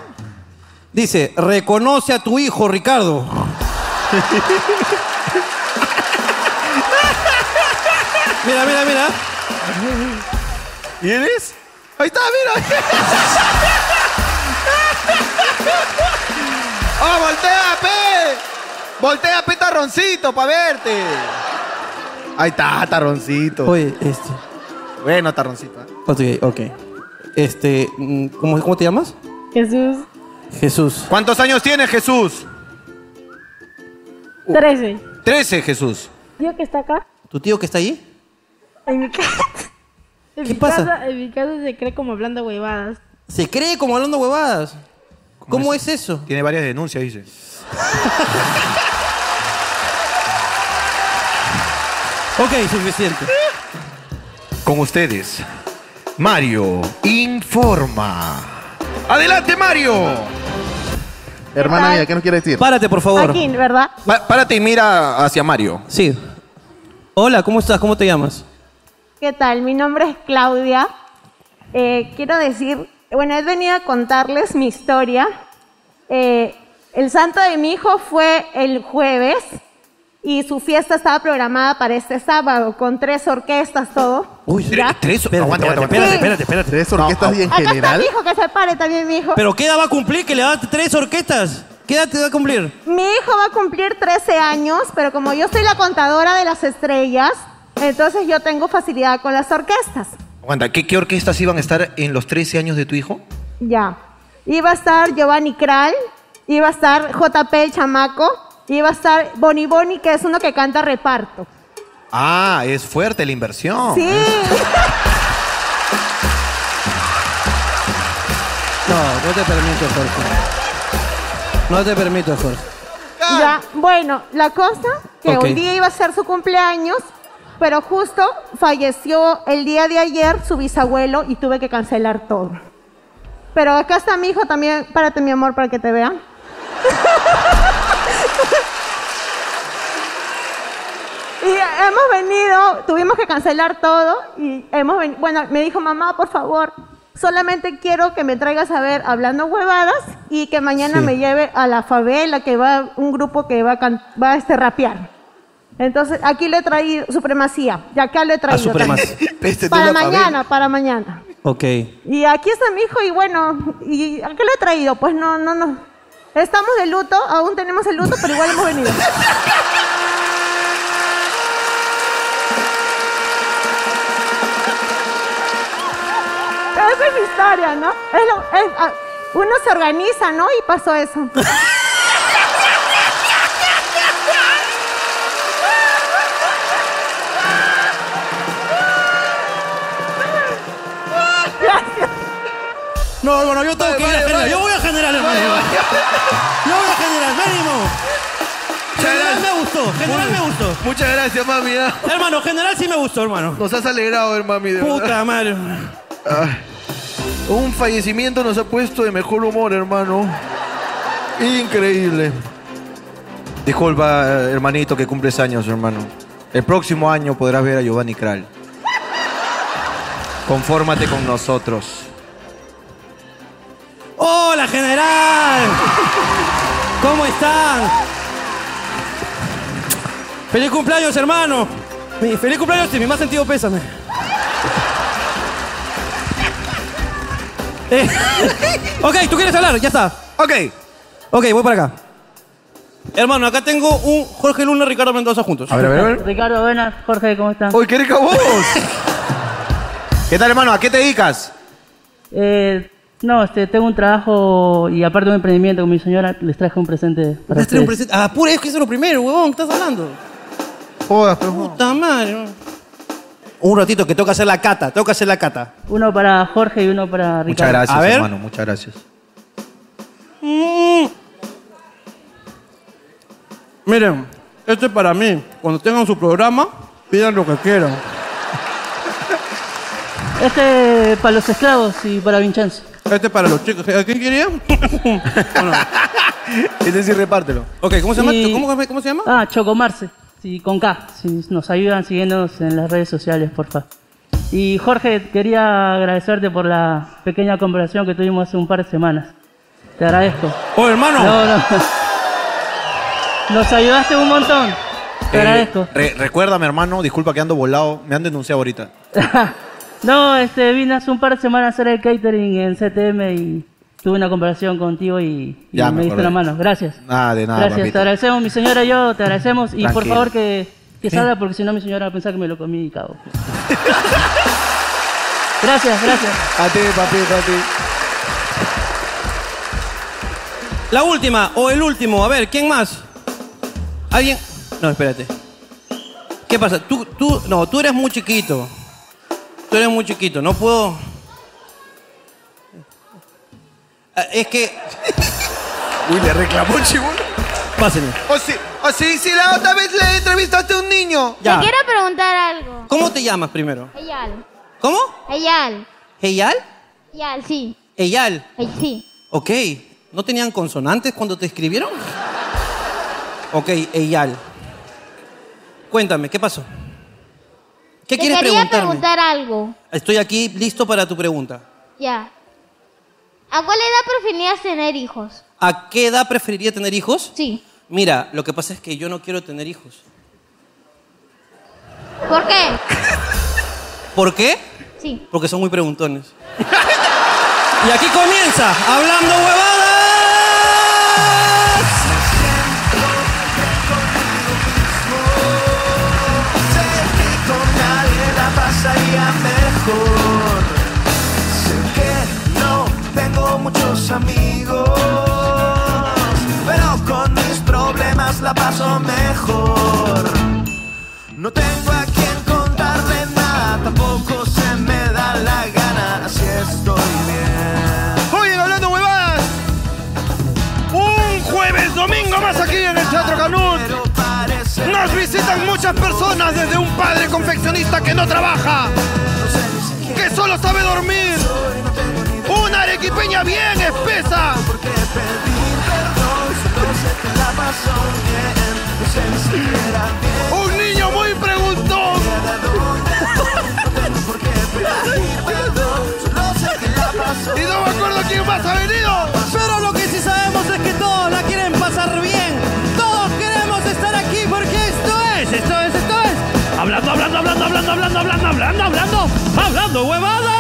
S2: Dice, reconoce a tu hijo, Ricardo. mira, mira, mira.
S9: ¿Vienes? Ahí está, mira. ¡Oh, voltea, P! ¡Voltea, P, tarroncito, para verte! Ahí está, tarroncito.
S2: Oye, este.
S9: Bueno, tarroncito. ¿eh?
S2: Ok, ok. Este, mm, ¿cómo, cómo te llamas?
S10: Jesús
S2: Jesús.
S9: ¿Cuántos años tienes, Jesús?
S3: Uh.
S10: 13.
S9: Trece, Jesús.
S10: Tío que está acá.
S2: ¿Tu tío que está allí?
S10: En mi casa. En
S2: ¿Qué
S10: mi
S2: pasa?
S10: Casa, en mi casa se cree como hablando huevadas.
S2: Se cree como hablando huevadas. ¿Cómo, es? eso?
S9: Tiene varias denuncias, dice.
S2: Ok, suficiente.
S9: Con ustedes, Mario informa. ¡Adelante, Mario!
S10: tal?
S11: Hermano, mira, ¿qué nos quiere decir?
S2: Párate, por favor.
S10: Joaquín, ¿verdad?
S9: Pa- párate y mira hacia Mario.
S2: Sí. Hola, ¿cómo estás? ¿Cómo te llamas?
S10: ¿Qué tal? Mi nombre es Claudia. Eh, quiero decir, bueno, he venido a contarles mi historia. Eh, el santo de mi hijo fue el jueves y su fiesta estaba programada para este sábado con tres orquestas, todo.
S2: Uy,
S10: ¿Ya?
S9: Tres.
S2: Espérate,
S9: aguanta, aguanta,
S10: Sí.
S2: espérate,
S9: aguanta.
S2: espérate, espérate.
S11: ¿Tres orquestas y en
S10: Acá está
S11: general?
S10: mi hijo, que se pare también mi hijo.
S2: ¿Pero qué edad va a cumplir? Que le das tres orquestas. ¿Qué edad te va a cumplir?
S10: Mi hijo va a cumplir 13 años, pero como yo soy la contadora de las estrellas, entonces yo tengo facilidad con las orquestas.
S3: Aguanta, ¿qué, qué orquestas iban a estar en los 13 años de tu hijo?
S10: Ya. Iba a estar Giovanni Kral, iba a estar JP el chamaco, iba a estar Boni Boni, que es uno que canta reparto.
S9: Ah, es fuerte la inversión.
S10: Sí.
S2: No, no te permito, Jorge. No te permito, Jorge.
S10: ya. Bueno, la cosa que
S2: Ok.
S10: hoy día iba a ser su cumpleaños, pero justo falleció el día de ayer su bisabuelo y tuve que cancelar todo. Pero acá está mi hijo también. Párate, mi amor, para que te vean. Y eh, hemos venido, tuvimos que cancelar todo y hemos venido, bueno, me dijo mamá, por favor, solamente quiero que me traigas a ver hablando huevadas y que mañana
S2: Sí.
S10: me lleve a la favela, que va un grupo que va a, can- va a este, rapear. Entonces, aquí le he traído supremacía, y acá le he traído.
S2: Supremacía.
S10: también.
S2: Este
S10: para mañana, para mañana.
S2: Ok.
S10: Y aquí está mi hijo y bueno, ¿y a qué le he traído? Pues no, no, no. Estamos de luto, aún tenemos el luto, pero igual hemos venido. mi historia, ¿no? Es lo- es- ah, uno se organiza, ¿no? Y pasó eso.
S2: No, hermano, yo tengo que ir a generar. Yo voy a generar, hermano. Yo voy a generar, ánimo. General me gustó, general me gustó.
S3: Muchas gracias, mami. ¿eh?
S2: Hermano, general sí me gustó, hermano.
S3: Nos has alegrado, hermano, de
S2: Puta
S3: verdad.
S2: madre.
S3: Ah. Un fallecimiento nos ha puesto de mejor humor, hermano. Increíble. Disculpa, hermanito, que cumples años, hermano. El próximo año podrás ver a Giovanni Kral. Confórmate con nosotros.
S2: ¡Hola, general! ¿Cómo están? ¡Feliz cumpleaños, hermano! Mi- ¡Feliz cumpleaños y mi más sentido pésame! Eh, ok, ¿tú quieres hablar? Ya está.
S9: Ok.
S2: Ok, voy para acá. Hermano, acá tengo un Jorge Luna y Ricardo Mendoza juntos.
S12: Ricardo, buenas. Jorge, ¿cómo estás?
S3: ¡Uy, qué rica voz! ¿Qué tal, hermano? ¿A qué te dedicas?
S12: Eh, no, este, tengo un trabajo y aparte de un emprendimiento con mi señora, les traje un presente para
S2: Tres, un
S12: ustedes.
S2: presente. Ah, pura, es que eso es lo primero, huevón, ¿qué estás hablando?
S3: Jodas,
S2: Puta madre. huevón. Un ratito que toca hacer la cata, toca hacer la cata.
S12: Uno para Jorge y uno para Ricardo.
S3: Muchas gracias,
S2: A ver.
S3: hermano. Muchas gracias.
S2: Mm. Miren, esto es para mí. Cuando tengan su programa, pidan lo que quieran.
S12: Este para los esclavos y para Vincenzo.
S2: Este para los chicos. ¿A quién quería?
S3: Es decir, repártelo.
S2: Ok, ¿cómo se llama?
S12: Y-
S2: ¿Cómo, cómo se llama?
S12: Ah, Chocomarce. Sí, con K. Si nos ayudan siguiéndonos en las redes sociales, porfa. Y Jorge, quería agradecerte por la pequeña conversación que tuvimos hace un par de semanas. Te agradezco.
S2: ¡Oh, hermano!
S12: No, no. Nos ayudaste un montón. Te
S3: Eh,
S12: agradezco.
S3: re- recuérdame, hermano. Disculpa que ando volado. Me han denunciado ahorita.
S12: No, este, vine hace un par de semanas a hacer el catering en CTM y tuve una conversación contigo y, y
S3: Ya, me
S12: me diste
S3: acordé.
S12: la mano. Gracias.
S3: Nada, de nada,
S12: Gracias, te
S3: papito.
S12: agradecemos, mi señora y yo, te agradecemos. Y por
S3: Tranquilo.
S12: favor que, que
S3: Sí.
S12: salga porque si no mi señora va a pensar que me lo comí y cago. gracias, gracias.
S3: A ti, papito, a ti.
S2: La última o el último. A ver, ¿quién más? ¿Alguien? No, espérate. ¿Qué pasa? Tú, tú, no, tú eres muy chiquito. Tú eres muy chiquito. No puedo. Ah, Es que.
S9: Uy, le reclamó chibón.
S2: Pásenme.
S9: O sí, o sí, sí, la otra vez le entrevistaste a un niño.
S2: Ya.
S12: Ah.
S13: Te quiero preguntar algo.
S2: ¿Cómo te llamas primero?
S13: Eyal.
S2: ¿Cómo?
S13: Eyal.
S2: ¿Eyal?
S13: Eyal, sí.
S2: Eyal.
S13: Ey, sí.
S2: Ok. ¿No tenían consonantes cuando te escribieron? Ok, Eyal. Cuéntame, ¿qué pasó? ¿Qué
S13: Te
S2: quieres
S13: quería
S2: preguntarme?
S13: preguntar algo.
S2: Estoy aquí listo para tu pregunta.
S13: Ya. ¿A cuál edad preferías tener hijos?
S2: ¿A qué edad preferiría tener hijos?
S13: Sí.
S2: Mira, lo que pasa es que yo no quiero tener hijos.
S13: ¿Por qué?
S2: ¿Por qué?
S13: Sí.
S2: Porque son muy preguntones. y aquí comienza hablando huevadas.
S14: Sé que con nadie la pasaría mejor. Sé que no tengo muchos amigos, pero con mis problemas la paso mejor. No tengo a quien contarle nada, tampoco se me da la gana, así estoy bien.
S9: Oye, hablando huevadas. Un jueves, domingo más aquí en el Teatro Canut. Nos visitan muchas personas desde un padre confeccionista que no trabaja, que solo sabe dormir. Una arequipeña bien espesa. Un niño muy preguntón.
S2: Y no me acuerdo quién más ha venido. Pero lo que sí sabemos es que todos la quieren pasar bien. Todos queremos estar aquí porque esto es, esto es, esto es. Hablando, hablando, hablando, hablando, hablando, hablando, hablando, hablando, hablando, huevada.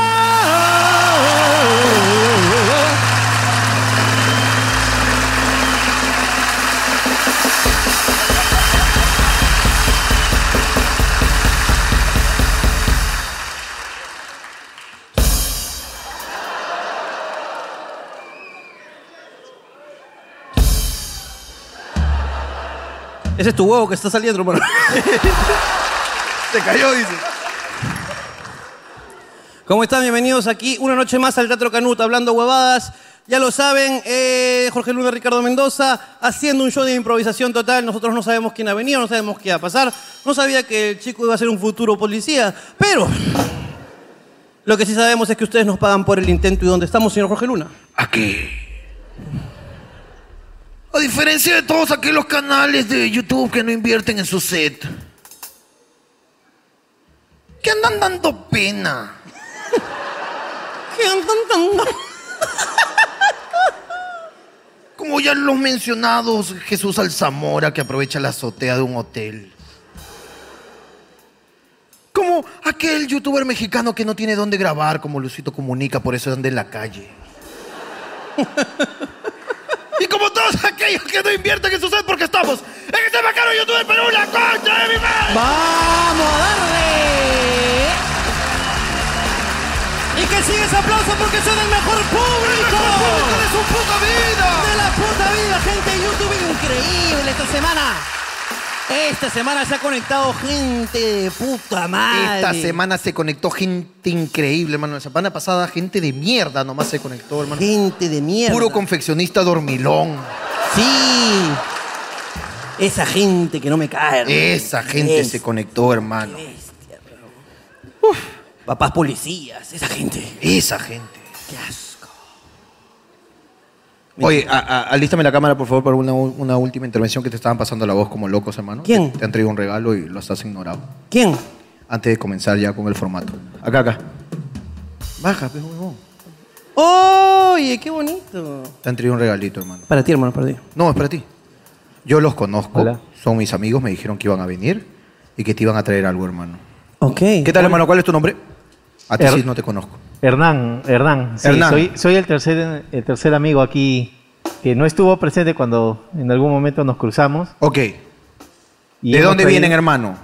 S2: Ese es tu huevo que está saliendo, hermano.
S9: Se cayó, dice.
S2: ¿Cómo están? Bienvenidos aquí una noche más al Teatro Canut, hablando huevadas. Ya lo saben, eh, Jorge Luna, Ricardo Mendoza, haciendo un show de improvisación total. Nosotros no sabemos quién ha venido, no sabemos qué va a pasar. No sabía que el chico iba a ser un futuro policía, pero lo que sí sabemos es que ustedes nos pagan por el intento y dónde estamos, señor Jorge Luna.
S9: Aquí. A diferencia de todos aquellos canales de YouTube que no invierten en su set. Que andan dando pena. que andan dando... Como ya los mencionados, Jesús Alzamora que aprovecha la azotea de un hotel. Como aquel youtuber mexicano que no tiene dónde grabar, como Lucito Comunica, por eso anda en la calle. Y como todos aquellos que no invierten en su set porque estamos en este macaro youtuber Perú, la concha de mi madre. ¡Vamos a darle!
S2: Y que sigue ese aplauso porque son el mejor público. de su puta vida. De la puta vida, gente de YouTube increíble esta semana. Esta semana se ha conectado gente de puta madre.
S3: Esta semana se conectó gente increíble, hermano. La semana pasada, gente de mierda nomás se conectó, hermano.
S2: Gente de mierda.
S3: Puro confeccionista dormilón.
S2: Sí. Esa gente que no me cae. hermano.
S3: Esa gente
S2: Es-
S3: se conectó, hermano.
S2: Papás policías, esa gente.
S3: Esa gente.
S2: Qué asco.
S3: Oye, a- a- alístame la cámara, por favor, para una, u- una última intervención que te estaban pasando la voz como locos, hermano.
S2: ¿Quién?
S3: Te, te han traído un regalo y lo estás ignorado.
S2: ¿Quién?
S3: Antes de comenzar ya con el formato. Acá, acá. Baja, pues, huevón.
S2: Oye, qué bonito.
S3: Te han traído un regalito, hermano.
S2: Para ti, hermano, para ti.
S3: No, es para ti. Yo los conozco. Son mis amigos, me dijeron que iban a venir y que te iban a traer algo, hermano.
S2: Ok.
S3: ¿Qué tal, hermano? ¿Cuál es tu nombre? A ti
S15: Er-
S3: sí no te conozco.
S15: Hernán, Hernán. Sí,
S3: Hernán.
S15: Soy, soy el, tercer, el tercer amigo aquí que no estuvo presente cuando en algún momento nos cruzamos.
S3: Ok. ¿De dónde vienen, hermano?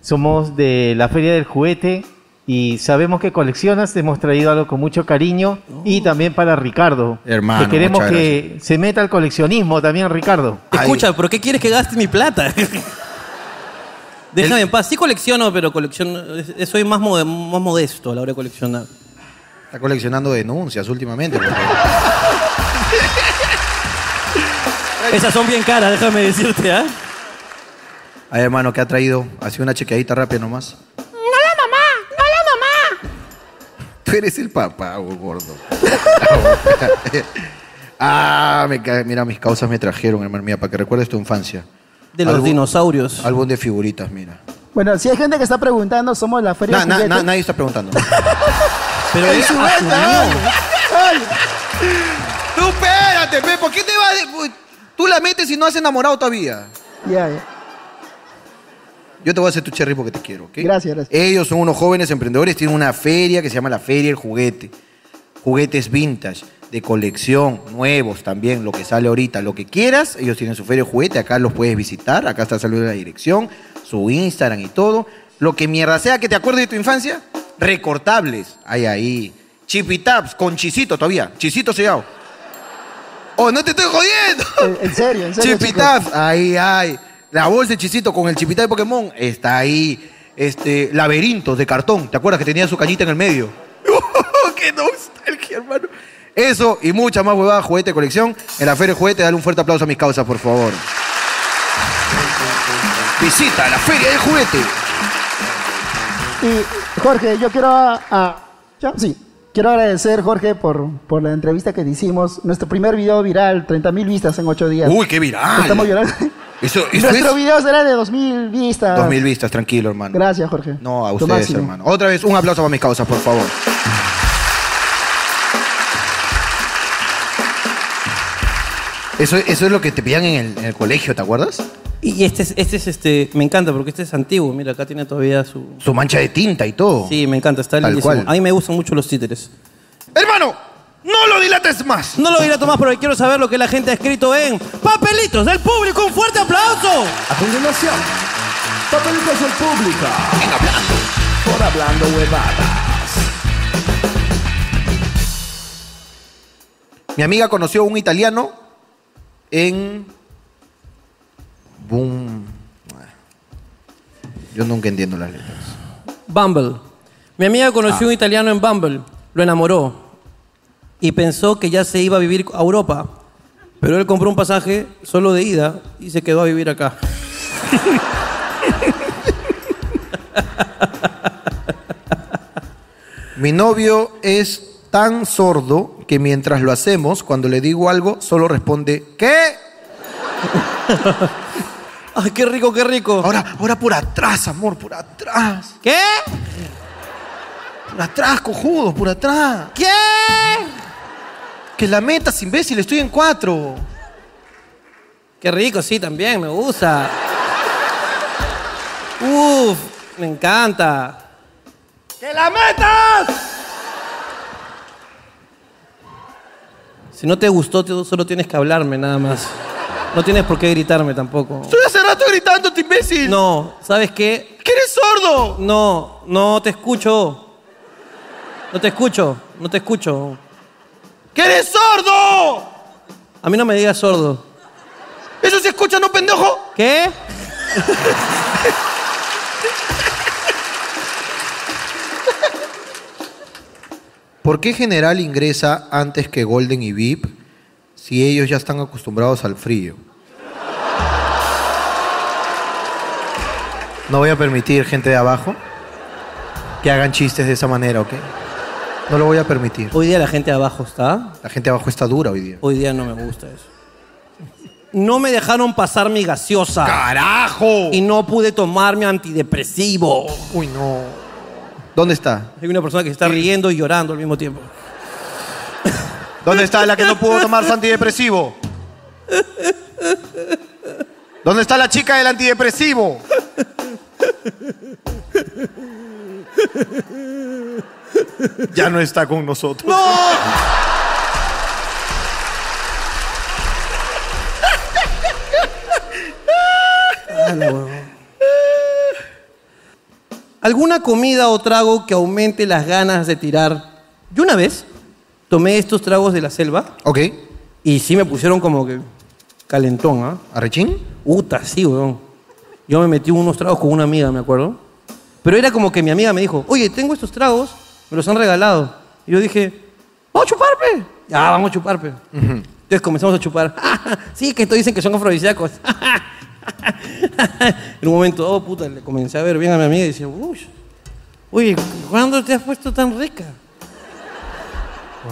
S15: Somos de la Feria del Juguete y sabemos que coleccionas. Te hemos traído algo con mucho cariño
S16: Oh.
S15: y también para Ricardo.
S3: Hermano,
S15: Que queremos
S3: muchas
S15: que se meta al coleccionismo también, Ricardo.
S2: Escucha, ¿por qué quieres que gaste mi plata? Déjame en paz. Sí colecciono, pero colecciono, es- soy más, mode- más modesto a la hora de coleccionar.
S3: Está coleccionando denuncias últimamente. porque-
S2: Esas son bien caras, déjame decirte, ¿ah?
S3: Ay, hermano, ¿qué ha traído? Así una chequeadita rápida nomás.
S14: ¡No la mamá! ¡No la mamá!
S3: Tú eres el papá, oh, gordo. ah, me ca- mira, mis causas me trajeron, hermano. Mira, para que recuerdes tu infancia.
S2: De los dinosaurios.
S3: Álbum de figuritas, mira.
S16: Bueno, si hay gente que está preguntando, somos la feria
S3: Na-
S16: de
S3: na-
S16: juguetes.
S3: na- nadie está preguntando. ah,
S2: Pero
S16: Ay,
S3: él
S16: su
S3: asumió.
S16: banda, ay, ay.
S3: Tú espérate, pe, ¿por qué te vas? de- uy, Tú la metes y no has enamorado todavía.
S16: Ya, ya.
S3: Yo te voy a hacer tu cherry porque te quiero, ¿ok?
S16: Gracias, gracias.
S3: Ellos son unos jóvenes emprendedores, tienen una feria que se llama la Feria del Juguete. Juguetes vintage, de colección, nuevos también, lo que sale ahorita, lo que quieras. Ellos tienen su feria del juguete, acá los puedes visitar, acá está saliendo la dirección, su Instagram y todo. Lo que mierda sea que te acuerdes de tu infancia, recortables, hay ahí. Chipitaps, con chisito todavía, chisito sellado. ¡Oh, no te estoy jodiendo!
S16: En serio, en serio. chicos.
S3: Chipitaf, ahí hay. La bolsa de chisito con el chipitaf de Pokémon está ahí. Este, laberintos de cartón. ¿Te acuerdas que tenía su cañita en el medio?
S16: Oh,
S3: ¡Qué nostalgia, hermano! Eso y muchas más huevadas, juguete de colección. En la Feria del Juguete, dale un fuerte aplauso a mis causas, por favor. Visita la Feria del Juguete.
S16: Y Jorge, yo quiero a- a- ya, sí, quiero agradecer Jorge por, por la entrevista que te hicimos, nuestro primer video viral, 30.000 vistas en 8 días.
S3: Uy, qué viral.
S16: Estamos llorando.
S3: Ah, Eso, eso es
S16: Nuestro video será de 2000 vistas.
S3: 2000 vistas, tranquilo, hermano.
S16: Gracias, Jorge.
S3: No, a
S16: Lo
S3: ustedes,
S16: máximo.
S3: hermano. Otra vez, un aplauso para mis causas, por favor. Eso, eso es lo que te pedían en el, en el colegio, ¿te acuerdas?
S2: Y este es, este es este, me encanta porque este es antiguo, mira, acá tiene todavía su...
S3: Su mancha de tinta y todo.
S2: Sí, me encanta, está
S3: Tal
S2: lindísimo.
S3: cual.
S2: A mí me gustan mucho los títeres.
S9: Hermano, no lo dilates más.
S2: No lo diré Tomás porque quiero saber lo que la gente ha escrito en Papelitos del Público, un fuerte aplauso.
S17: A continuación, papelitos del público. hablando. Por hablando huevadas.
S3: Mi amiga conoció a un italiano en. Boom. Yo nunca entiendo las letras.
S2: Bumble. Mi amiga conoció un italiano en Bumble, lo enamoró y pensó que ya se iba a vivir a Europa, pero él compró un pasaje solo de ida y se quedó a vivir acá.
S3: Mi novio es tan sordo que mientras lo hacemos, cuando le digo algo, solo responde ¿qué?
S2: Ay, qué rico, qué rico.
S3: Ahora, ahora por atrás, amor, por atrás.
S2: ¿Qué?
S3: Por atrás, cojudo, por atrás.
S2: ¿Qué?
S3: Que la metas, imbécil, estoy en cuatro.
S2: Qué rico, sí, también, me gusta. Uf, me encanta.
S9: ¡Que la metas!
S2: Si no te gustó, tú solo tienes que hablarme nada más. No tienes por qué gritarme tampoco.
S9: Estoy hace rato gritándote, imbécil.
S2: No, ¿sabes qué?
S9: ¡Que eres sordo!
S2: No, no te escucho. No te escucho, no te escucho.
S9: ¡Que eres sordo!
S2: A mí no me digas sordo.
S9: ¿Eso se escucha, no pendejo?
S2: ¿Qué?
S3: ¿Por qué General ingresa antes que Golden y VIP si ellos ya están acostumbrados al frío? No voy a permitir, gente de abajo, que hagan chistes de esa manera, ¿ok? No lo voy a permitir.
S2: Hoy día la gente de abajo está.
S3: La gente de abajo está dura hoy día.
S2: Hoy día no me gusta eso. No me dejaron pasar mi gaseosa.
S9: ¡Carajo!
S2: Y no pude tomar mi antidepresivo.
S3: Uy, no. ¿Dónde está?
S2: Hay una persona que se está riendo y llorando al mismo tiempo.
S3: ¿Dónde está la que no pudo tomar su antidepresivo? ¿Dónde está la chica del antidepresivo? Ya no está con nosotros.
S2: ¿Alguna comida o trago que aumente las ganas de tirar? Yo una vez tomé estos tragos de la selva
S3: Ok.
S2: y sí me pusieron como que calentón, ¿ah?
S3: ¿Arrechín?
S2: Uta, sí, weón. Yo me metí unos tragos con una amiga, me acuerdo. Pero era como que mi amiga me dijo, oye, tengo estos tragos, me los han regalado. Y yo dije, vamos a chupar, pe. Ya, vamos a chupar, pe. Entonces comenzamos a chupar. sí, que esto dicen que son afrodisíacos. en un momento, oh, puta, le comencé a ver bien a mi amiga y decía, uy, oye, ¿cuándo te has puesto tan rica?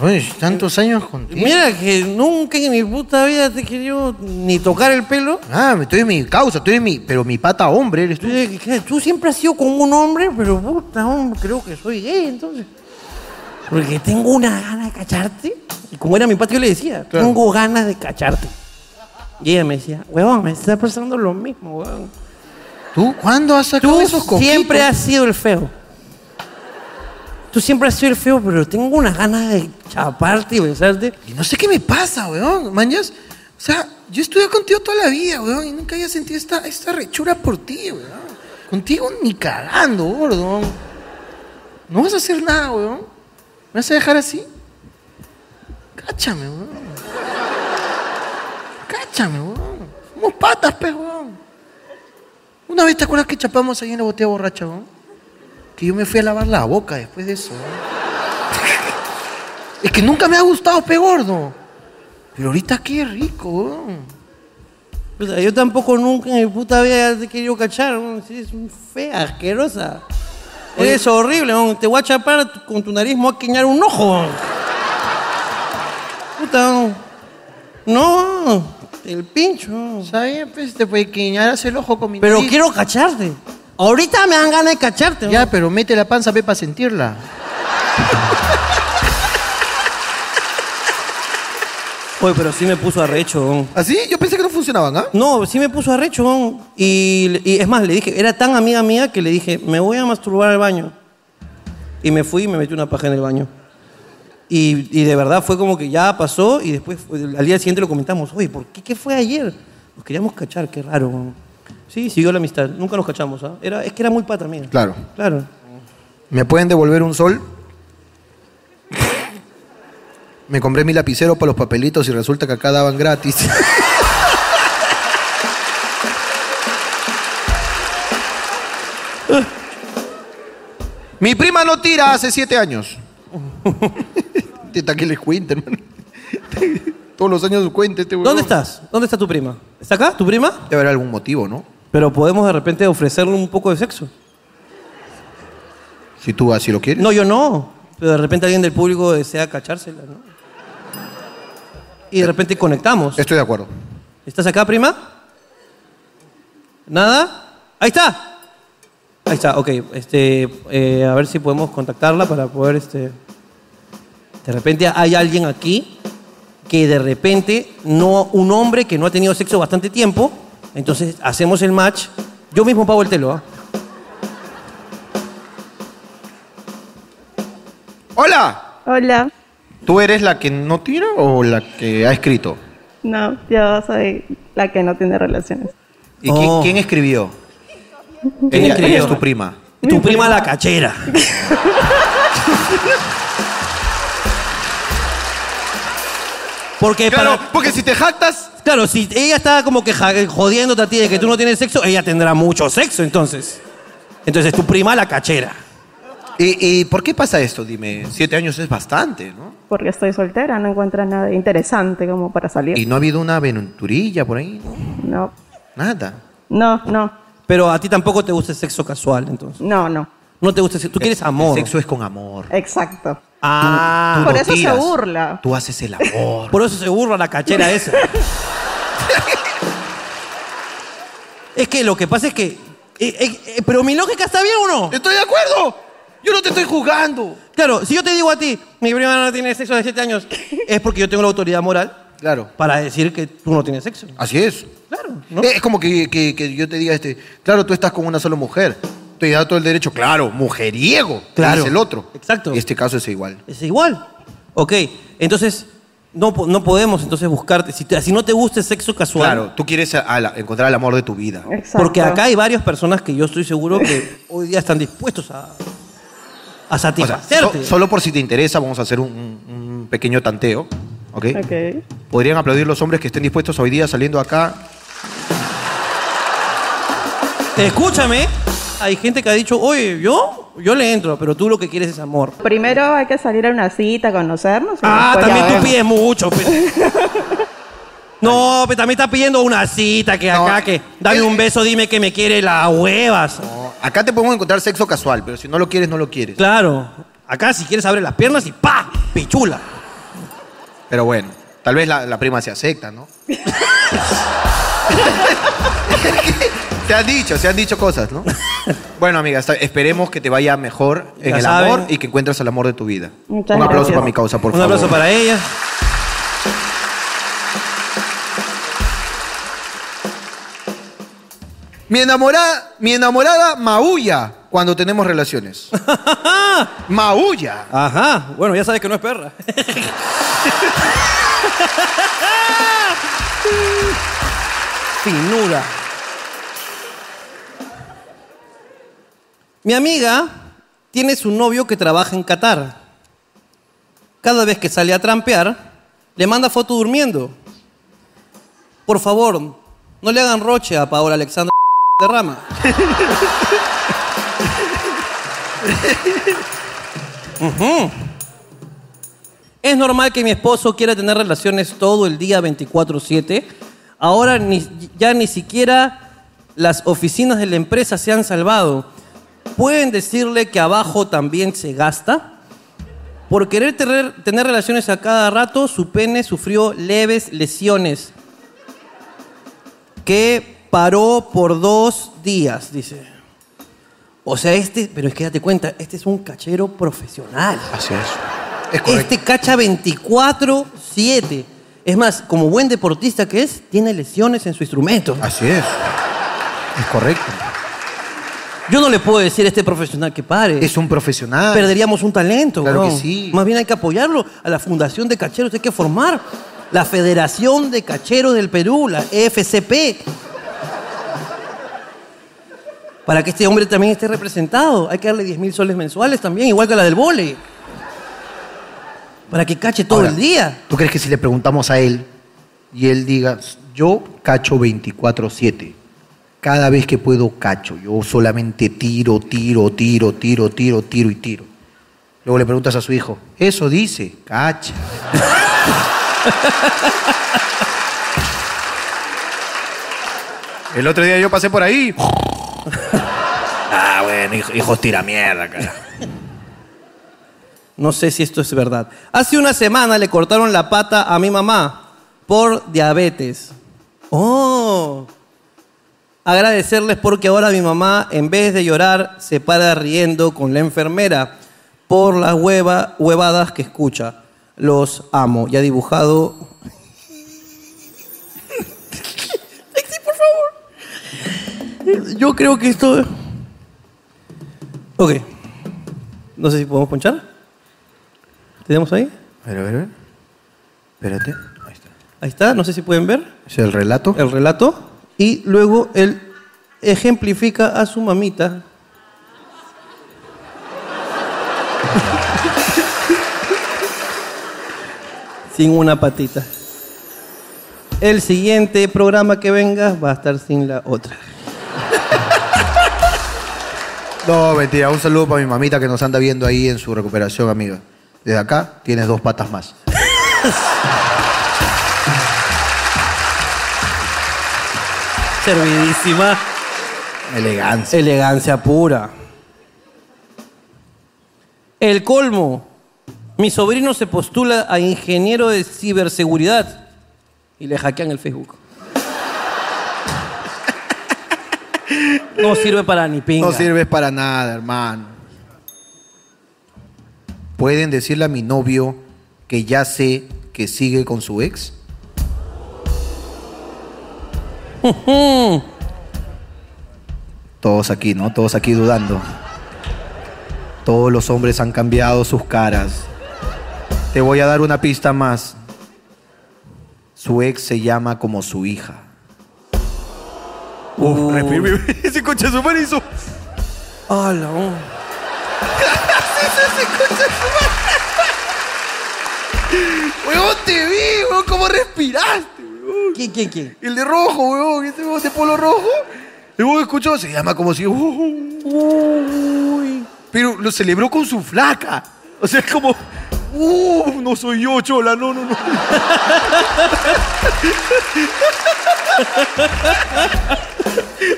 S3: Uy, tantos años contigo.
S2: Mira que nunca en mi puta vida te he querido ni tocar el pelo.
S3: Ah, tú eres mi causa, tú eres mi. Pero mi pata hombre eres tú.
S2: Entonces, ¿qué? Tú siempre has sido como un hombre, pero puta, hombre, creo que soy gay, entonces. Porque tengo una gana de cacharte. Y como era mi patio, yo le decía,
S3: Claro.
S2: tengo ganas de cacharte. Y ella me decía, huevón, me está pasando lo mismo, huevón.
S3: ¿Tú cuándo has sacado
S2: Tú
S3: esos coquitos?
S2: siempre has sido el feo. Tú siempre has sido el feo, pero tengo unas ganas de chaparte y besarte.
S3: Y no sé qué me pasa, weón. Mañas. O sea, yo estuve contigo toda la vida, weón. Y nunca había sentido esta, esta rechura por ti, weón. Contigo ni cagando, gordo. No vas a hacer nada, weón. ¿Me vas a dejar así? Cáchame, weón. Cáchame, weón. Somos patas, pe, weón. Una vez te acuerdas que chapamos ahí en la botella borracha, weón. Que yo me fui a lavar la boca después de eso, weón. Es que nunca me ha gustado, pe, gordo. Pero ahorita qué rico, weón.
S2: Puta, yo tampoco nunca en mi puta vida te he querido cachar. weón. Sí, Es un fea, asquerosa. Eres horrible, weón. te voy a chapar tu- con tu nariz, me voy a quiñar un ojo. weón. Puta, weón. no, el pincho.
S3: ¿Sabes? Pues te puede quiñar el ojo con mi
S2: Pero
S3: nariz.
S2: quiero cacharte. Ahorita me dan ganas de cacharte.
S3: Ya,
S2: weón.
S3: pero mete la panza, ve, para sentirla.
S2: Oye, pero sí me puso arrecho. weón.
S3: ¿Así? ¿Ah, Yo pensé que no funcionaban, ¿ah?
S2: No, sí me puso arrecho. weón. Y, y es más, le dije, era tan amiga mía que le dije, me voy a masturbar al baño. Y me fui y me metí una paja en el baño. Y, y de verdad fue como que ya pasó y después fue- al día siguiente lo comentamos, oye, ¿por qué, qué fue ayer? Nos queríamos cachar, qué raro. weón". Sí, siguió la amistad, nunca nos cachamos. ¿ah? Era, es que era muy pata mía.
S3: Claro.
S2: Claro.
S3: ¿Me pueden devolver un sol? Me compré mi lapicero para los papelitos y resulta que acá daban gratis. Mi prima no tira hace siete años. Este Teta que les cuente, hermano. Todos los años cuente este
S2: ¿Dónde estás? ¿Dónde está tu prima? ¿Está acá? ¿Tu prima?
S3: Debe haber algún motivo, ¿no?
S2: Pero podemos de repente ofrecerle un poco de sexo.
S3: Si tú así lo quieres.
S2: No, yo no. Pero de repente alguien del público desea cachársela, ¿no? Y de repente conectamos.
S3: Estoy de acuerdo.
S2: ¿Estás acá, prima? ¿Nada? ¡Ahí está! Ahí está, ok. Este, eh, a ver si podemos contactarla para poder. Este... De repente hay alguien aquí que de repente no, un hombre que no ha tenido sexo bastante tiempo. Entonces hacemos el match. Yo mismo pago el telo, ¿ah?
S3: ¡Hola!
S18: Hola.
S3: ¿Tú eres la que no tira o la que ha escrito?
S18: No, yo soy la que no tiene relaciones.
S3: ¿Y qui- quién, escribió?
S18: ¿Quién
S3: Oh. Ella-
S18: escribió?
S3: ella es tu prima.
S2: Tu prima la cachera. Porque
S3: claro, porque si te jactas.
S2: Claro, si ella está como que ja- jodiéndote a ti de que tú no tienes sexo, ella tendrá mucho sexo entonces. Entonces tu prima la cachera.
S3: ¿Y, y por qué pasa esto? Dime, siete años es bastante, ¿no?
S18: Porque estoy soltera, no encuentro nada interesante como para salir.
S3: ¿Y no ha habido una aventurilla por ahí?
S18: No,
S3: Nada.
S18: no, no,
S2: Pero a ti tampoco te gusta el sexo casual entonces.
S18: no, no.
S2: No te gusta el sexo. Tú quieres amor.
S3: sexo es con amor.
S18: Exacto.
S2: Ah.
S18: Por eso se burla.
S3: Tú haces el amor.
S2: Por eso se burla la cachera esa. es que lo que pasa es que. eh, eh, eh, pero mi lógica está bien o no?
S3: Estoy de acuerdo. Yo no te estoy juzgando.
S2: Claro, si yo te digo a ti, mi prima no tiene sexo de 7 años, es porque yo tengo la autoridad moral.
S3: Claro.
S2: Para decir que tú no tienes sexo.
S3: Así es. Claro. Es como que, que- que yo te diga, este, claro, tú estás con una sola mujer. Te da todo el derecho, claro, mujeriego.
S2: Claro.
S3: Es el otro.
S2: Exacto.
S3: Y este caso es igual.
S2: Es igual. Ok, entonces no, po- no podemos entonces buscarte. Si, te- si no te gusta el sexo casual.
S3: Claro, tú quieres a- a la- encontrar el amor de tu vida.
S2: Porque acá hay varias personas que yo estoy seguro que hoy día están dispuestos a, a
S3: O sea,
S2: satisfacerte.
S3: so- solo por si te interesa, vamos a hacer un, un- un pequeño tanteo. ¿Ok?
S18: Ok.
S3: Podrían aplaudir los hombres que estén dispuestos hoy día saliendo acá.
S2: Escúchame, hay gente que ha dicho, oye, yo, yo le entro, pero tú lo que quieres es amor.
S18: Primero hay que salir a una cita, conocernos. y
S2: Ah,
S3: Pues
S18: después ya
S2: también tú
S18: vemos.
S2: pides mucho. pe. No, pero también está pidiendo una cita que acá, que dame
S3: eh.
S2: un beso, dime que me quiere las huevas.
S3: Acá te podemos encontrar sexo casual, pero si no lo quieres, no lo quieres.
S2: Claro, acá si quieres abre las piernas y ¡pa! Pichula.
S3: Pero bueno, tal vez la, la prima se acepta, ¿no? Te han dicho, se han dicho cosas, ¿no? Bueno, amiga, está- esperemos que te vaya mejor en
S2: Ya
S3: el
S2: saben.
S3: amor y que encuentres el amor de tu vida.
S2: Muchas
S3: Un aplauso
S2: gracias.
S3: para mi causa, por
S2: Un
S3: favor.
S2: aplauso para ella.
S3: Mi enamorada, mi enamorada maulla cuando tenemos relaciones. maulla.
S2: Ajá, bueno, ya sabes que no es perra. Finura. Mi amiga tiene su novio que trabaja en Qatar. Cada vez que sale a trampear, le manda foto durmiendo. Por favor, no le hagan roche a Paola Alexandra Derrama. Ujú. Es normal que mi esposo quiera tener relaciones todo el día 24/7. Ahora ni- ya ni siquiera las oficinas de la empresa se han salvado. ¿Pueden decirle que abajo también se gasta? Por querer tener, tener relaciones a cada rato, su pene sufrió leves lesiones que paró por dos días, dice. O sea, este, pero es que date cuenta, este es un cachero profesional.
S3: Así es.
S2: Este cacha 24-7. Es más, como buen deportista que es, tiene lesiones en su instrumento.
S3: Así es. Es correcto.
S2: Yo no le puedo decir a este profesional que pare.
S3: Es un profesional.
S2: Perderíamos un talento.
S3: Claro que
S2: weón.
S3: sí.
S2: Más bien hay que apoyarlo. A la Fundación de Cacheros hay que formar. La Federación de Cacheros del Perú, la FCP. Para que este hombre también esté representado. Hay que darle 10 mil soles mensuales también, igual que la del vole. Para que cache todo
S3: Ahora,
S2: el día.
S3: ¿Tú crees que si le preguntamos a él y él diga, yo cacho 24-7, Cada vez que puedo cacho, yo solamente tiro, tiro, tiro, tiro, tiro, tiro y tiro. Luego le preguntas a su hijo, eso dice, cacha. El otro día yo pasé por ahí. ah, bueno, hij- hijos tira mierda, cara.
S2: No sé si esto es verdad. Hace una semana le cortaron la pata a mi mamá por diabetes. Oh. Agradecerles porque ahora mi mamá, en vez de llorar, se para riendo con la enfermera por las hueva, huevadas que escucha. Los amo. Ya dibujado. por favor. Yo creo que esto. Ok. No sé si podemos ponchar. ¿Tenemos ahí?
S3: A ver, a ver, a ver. Espérate.
S2: Ahí está, no sé si pueden ver.
S3: Es el relato.
S2: El relato. Y luego él ejemplifica a su mamita. sin una patita. El siguiente programa que vengas va a estar sin la otra.
S3: No, mentira. Un saludo para mi mamita que nos anda viendo ahí en su recuperación, amiga. Desde acá tienes dos patas más.
S2: Servidísima.
S3: Elegancia.
S2: Elegancia pura. El colmo. Mi sobrino se postula a ingeniero de ciberseguridad y le hackean el Facebook. No sirve para ni pinga.
S3: No sirves para nada, hermano. ¿Pueden decirle a mi novio que ya sé que sigue con su ex? Todos aquí, ¿no? Todos aquí dudando. Todos los hombres han cambiado sus caras. Te voy a dar una pista más. Su ex se llama como su hija. Uf,
S2: Uh.
S3: respira- Ese coche su madre hizo.
S2: ¡Hala! oh.
S9: Huevón, te vi, huevón, cómo respiraste, huevón.
S2: ¿Quién, quién, quién?
S9: El de rojo, huevón, ese huevón de polo rojo.
S3: Y vos escuchó, se llama como si.
S9: Uy.
S3: Pero lo celebró con su flaca. O sea, es como. Uh, no soy yo, chola, no, no, no.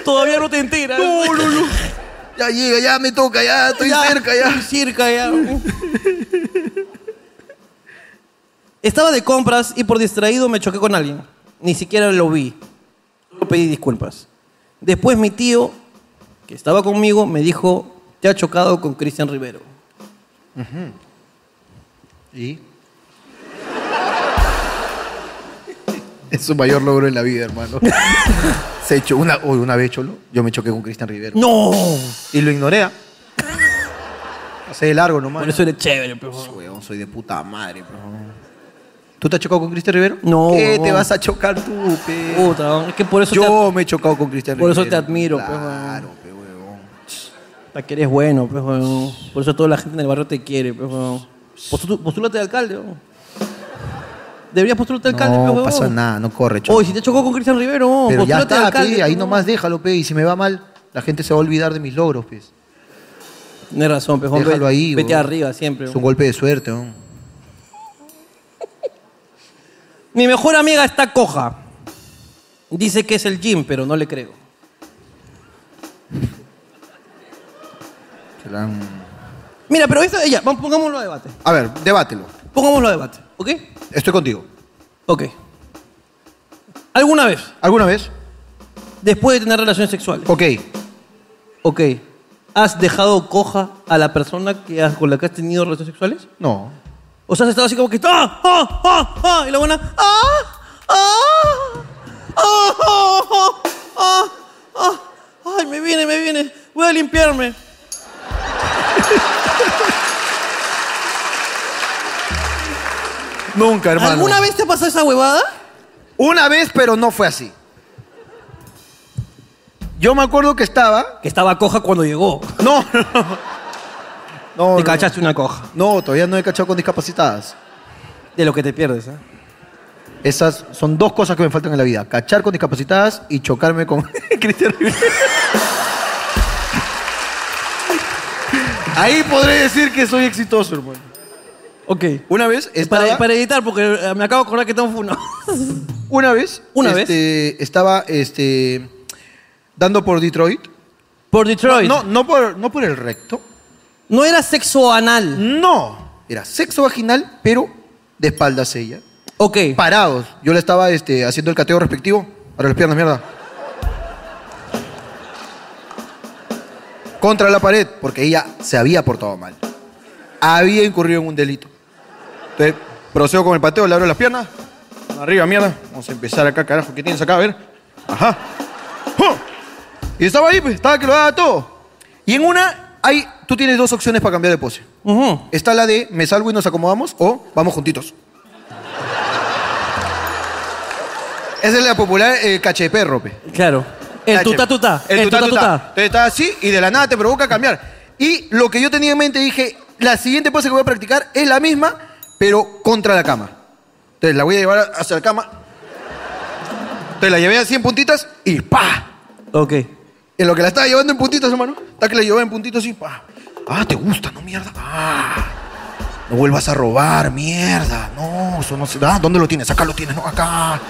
S2: Todavía no te enteras.
S9: No, no, no. Ya llega, ya me toca, ya estoy cerca, ya. Estoy
S2: cerca, ya. Estaba de compras y por distraído me choqué con alguien. Ni siquiera lo vi. Solo pedí disculpas. Después mi tío, que estaba conmigo, me dijo, te ha chocado con Cristian Rivero.
S3: ¿Y? Es su mayor logro en la vida, hermano. se echó una, uy, una vez, cholo, yo me choqué con Cristian Rivero.
S2: ¡No!
S3: Y lo ignoré. ¿ah? Pasé de largo nomás.
S2: Por eso "Oh, eres chévere, pero.
S3: soy de puta madre, pero. ¿Tú te has chocado con Cristian Rivero?
S2: No.
S3: ¿Qué te vas a
S2: chocar?
S3: chocar tú, pe?
S2: Puta, es que por eso
S3: yo
S2: te ad-
S3: me he chocado con Cristian
S2: Por
S3: Rivero.
S2: eso te admiro, pues,
S3: Claro, pe,
S2: Puta, que eres bueno, pues, weón. Por eso toda la gente en el barrio te quiere, pues, weón. Postu- Postúlate de alcalde, weón. Deberías postularte de alcalde, pues,
S3: No
S2: weón.
S3: pasa nada, no corre, cholo.
S2: Oye, si te chocó con Cristian Rivero, weón,
S3: Pero ya
S2: postúlate de
S3: está, pe,
S2: alcalde,
S3: ahí
S2: pues,
S3: nomás déjalo, pe, y si me va mal, la gente se va a olvidar de mis logros, pe.
S2: Tienes razón, pejón.
S3: Déjalo
S2: ve-
S3: ahí,
S2: Vete
S3: weón.
S2: arriba siempre.
S3: Es
S2: weón.
S3: un golpe de suerte, ¿no?
S2: Mi mejor amiga está coja. Dice que es el gym, pero no le creo.
S3: Se la han-
S2: Mira, pero eso, ya, vamos, pongámoslo a debate.
S3: A ver, debátelo.
S2: Pongámoslo a debate, ¿ok?
S3: Estoy contigo.
S2: Ok. ¿Alguna vez?
S3: ¿Alguna vez?
S2: Después de tener relaciones sexuales.
S3: Ok.
S2: Ok. ¿Has dejado coja a la persona que has- con la que has tenido relaciones sexuales?
S3: No.
S2: O sea, has estado así como que. ¡Ah! ¡Ah! ¡Ah! ¡Ah! Y la buena. ¡Ah! ¡Ah! ¡Ah! ¡Ah! ¡Ah! ¡Ah! ¡Ah! ¡Ay, me viene, me viene! Voy a limpiarme.
S3: Nunca, hermano.
S2: ¿Alguna vez te pasó esa huevada?
S3: Una vez, pero no fue así. Yo me acuerdo que estaba.
S2: Que estaba coja cuando llegó.
S3: No, no. No,
S2: Te cachaste una coja.
S3: No, todavía no he cachado con discapacitadas.
S2: De lo que te pierdes, ¿eh?
S3: Esas son dos cosas que me faltan en la vida: cachar con discapacitadas y chocarme con.
S9: Cristian Rivera.
S3: Ahí podré decir que soy exitoso, hermano.
S2: Ok. Eh,
S3: Una vez
S2: Para, para editar, porque eh, me acabo de acordar que estamos funados.
S3: Una vez.
S2: Una
S3: vez. Estaba este, dando por Detroit.
S2: ¿Por Detroit?
S3: No, no, no por, no por el recto.
S2: ¿No era sexo anal?
S3: No. Era sexo vaginal, pero de espaldas ella.
S2: Ok.
S3: Parados. Yo le estaba este, haciendo el cateo respectivo. Ahora las piernas, mierda. Contra la pared, porque ella se había portado mal. Había incurrido en un delito. Entonces, procedo con el pateo, le abro las piernas. Arriba, mierda. Vamos a empezar acá, carajo. ¿Qué tienes acá? A ver. Ajá. ¡Ja! Y estaba ahí, pues, estaba que lo daba todo. Y en una, hay, tú tienes dos opciones para cambiar de pose. Está la de me salgo y nos acomodamos o vamos juntitos. Esa es la popular eh, cache de perro, pe.
S2: Claro. El
S3: Cache.
S2: tutá tutá.
S3: El, tutá, tutá.
S2: tutá.
S3: Entonces estás así y de la nada te provoca cambiar. Y lo que yo tenía en mente dije, la siguiente pose que voy a practicar es la misma, pero contra la cama. Entonces la voy a llevar hacia la cama. Entonces la llevé a 100 puntitas y ¡pa!
S2: Ok.
S3: En lo que la estaba llevando en puntitas, hermano. Hasta que la llevaba en puntitas y ¡pa! Ah, te gusta, no mierda. Ah, no vuelvas a robar, mierda. No, eso no se da. ¿Dónde lo tienes? Acá lo tienes, no acá.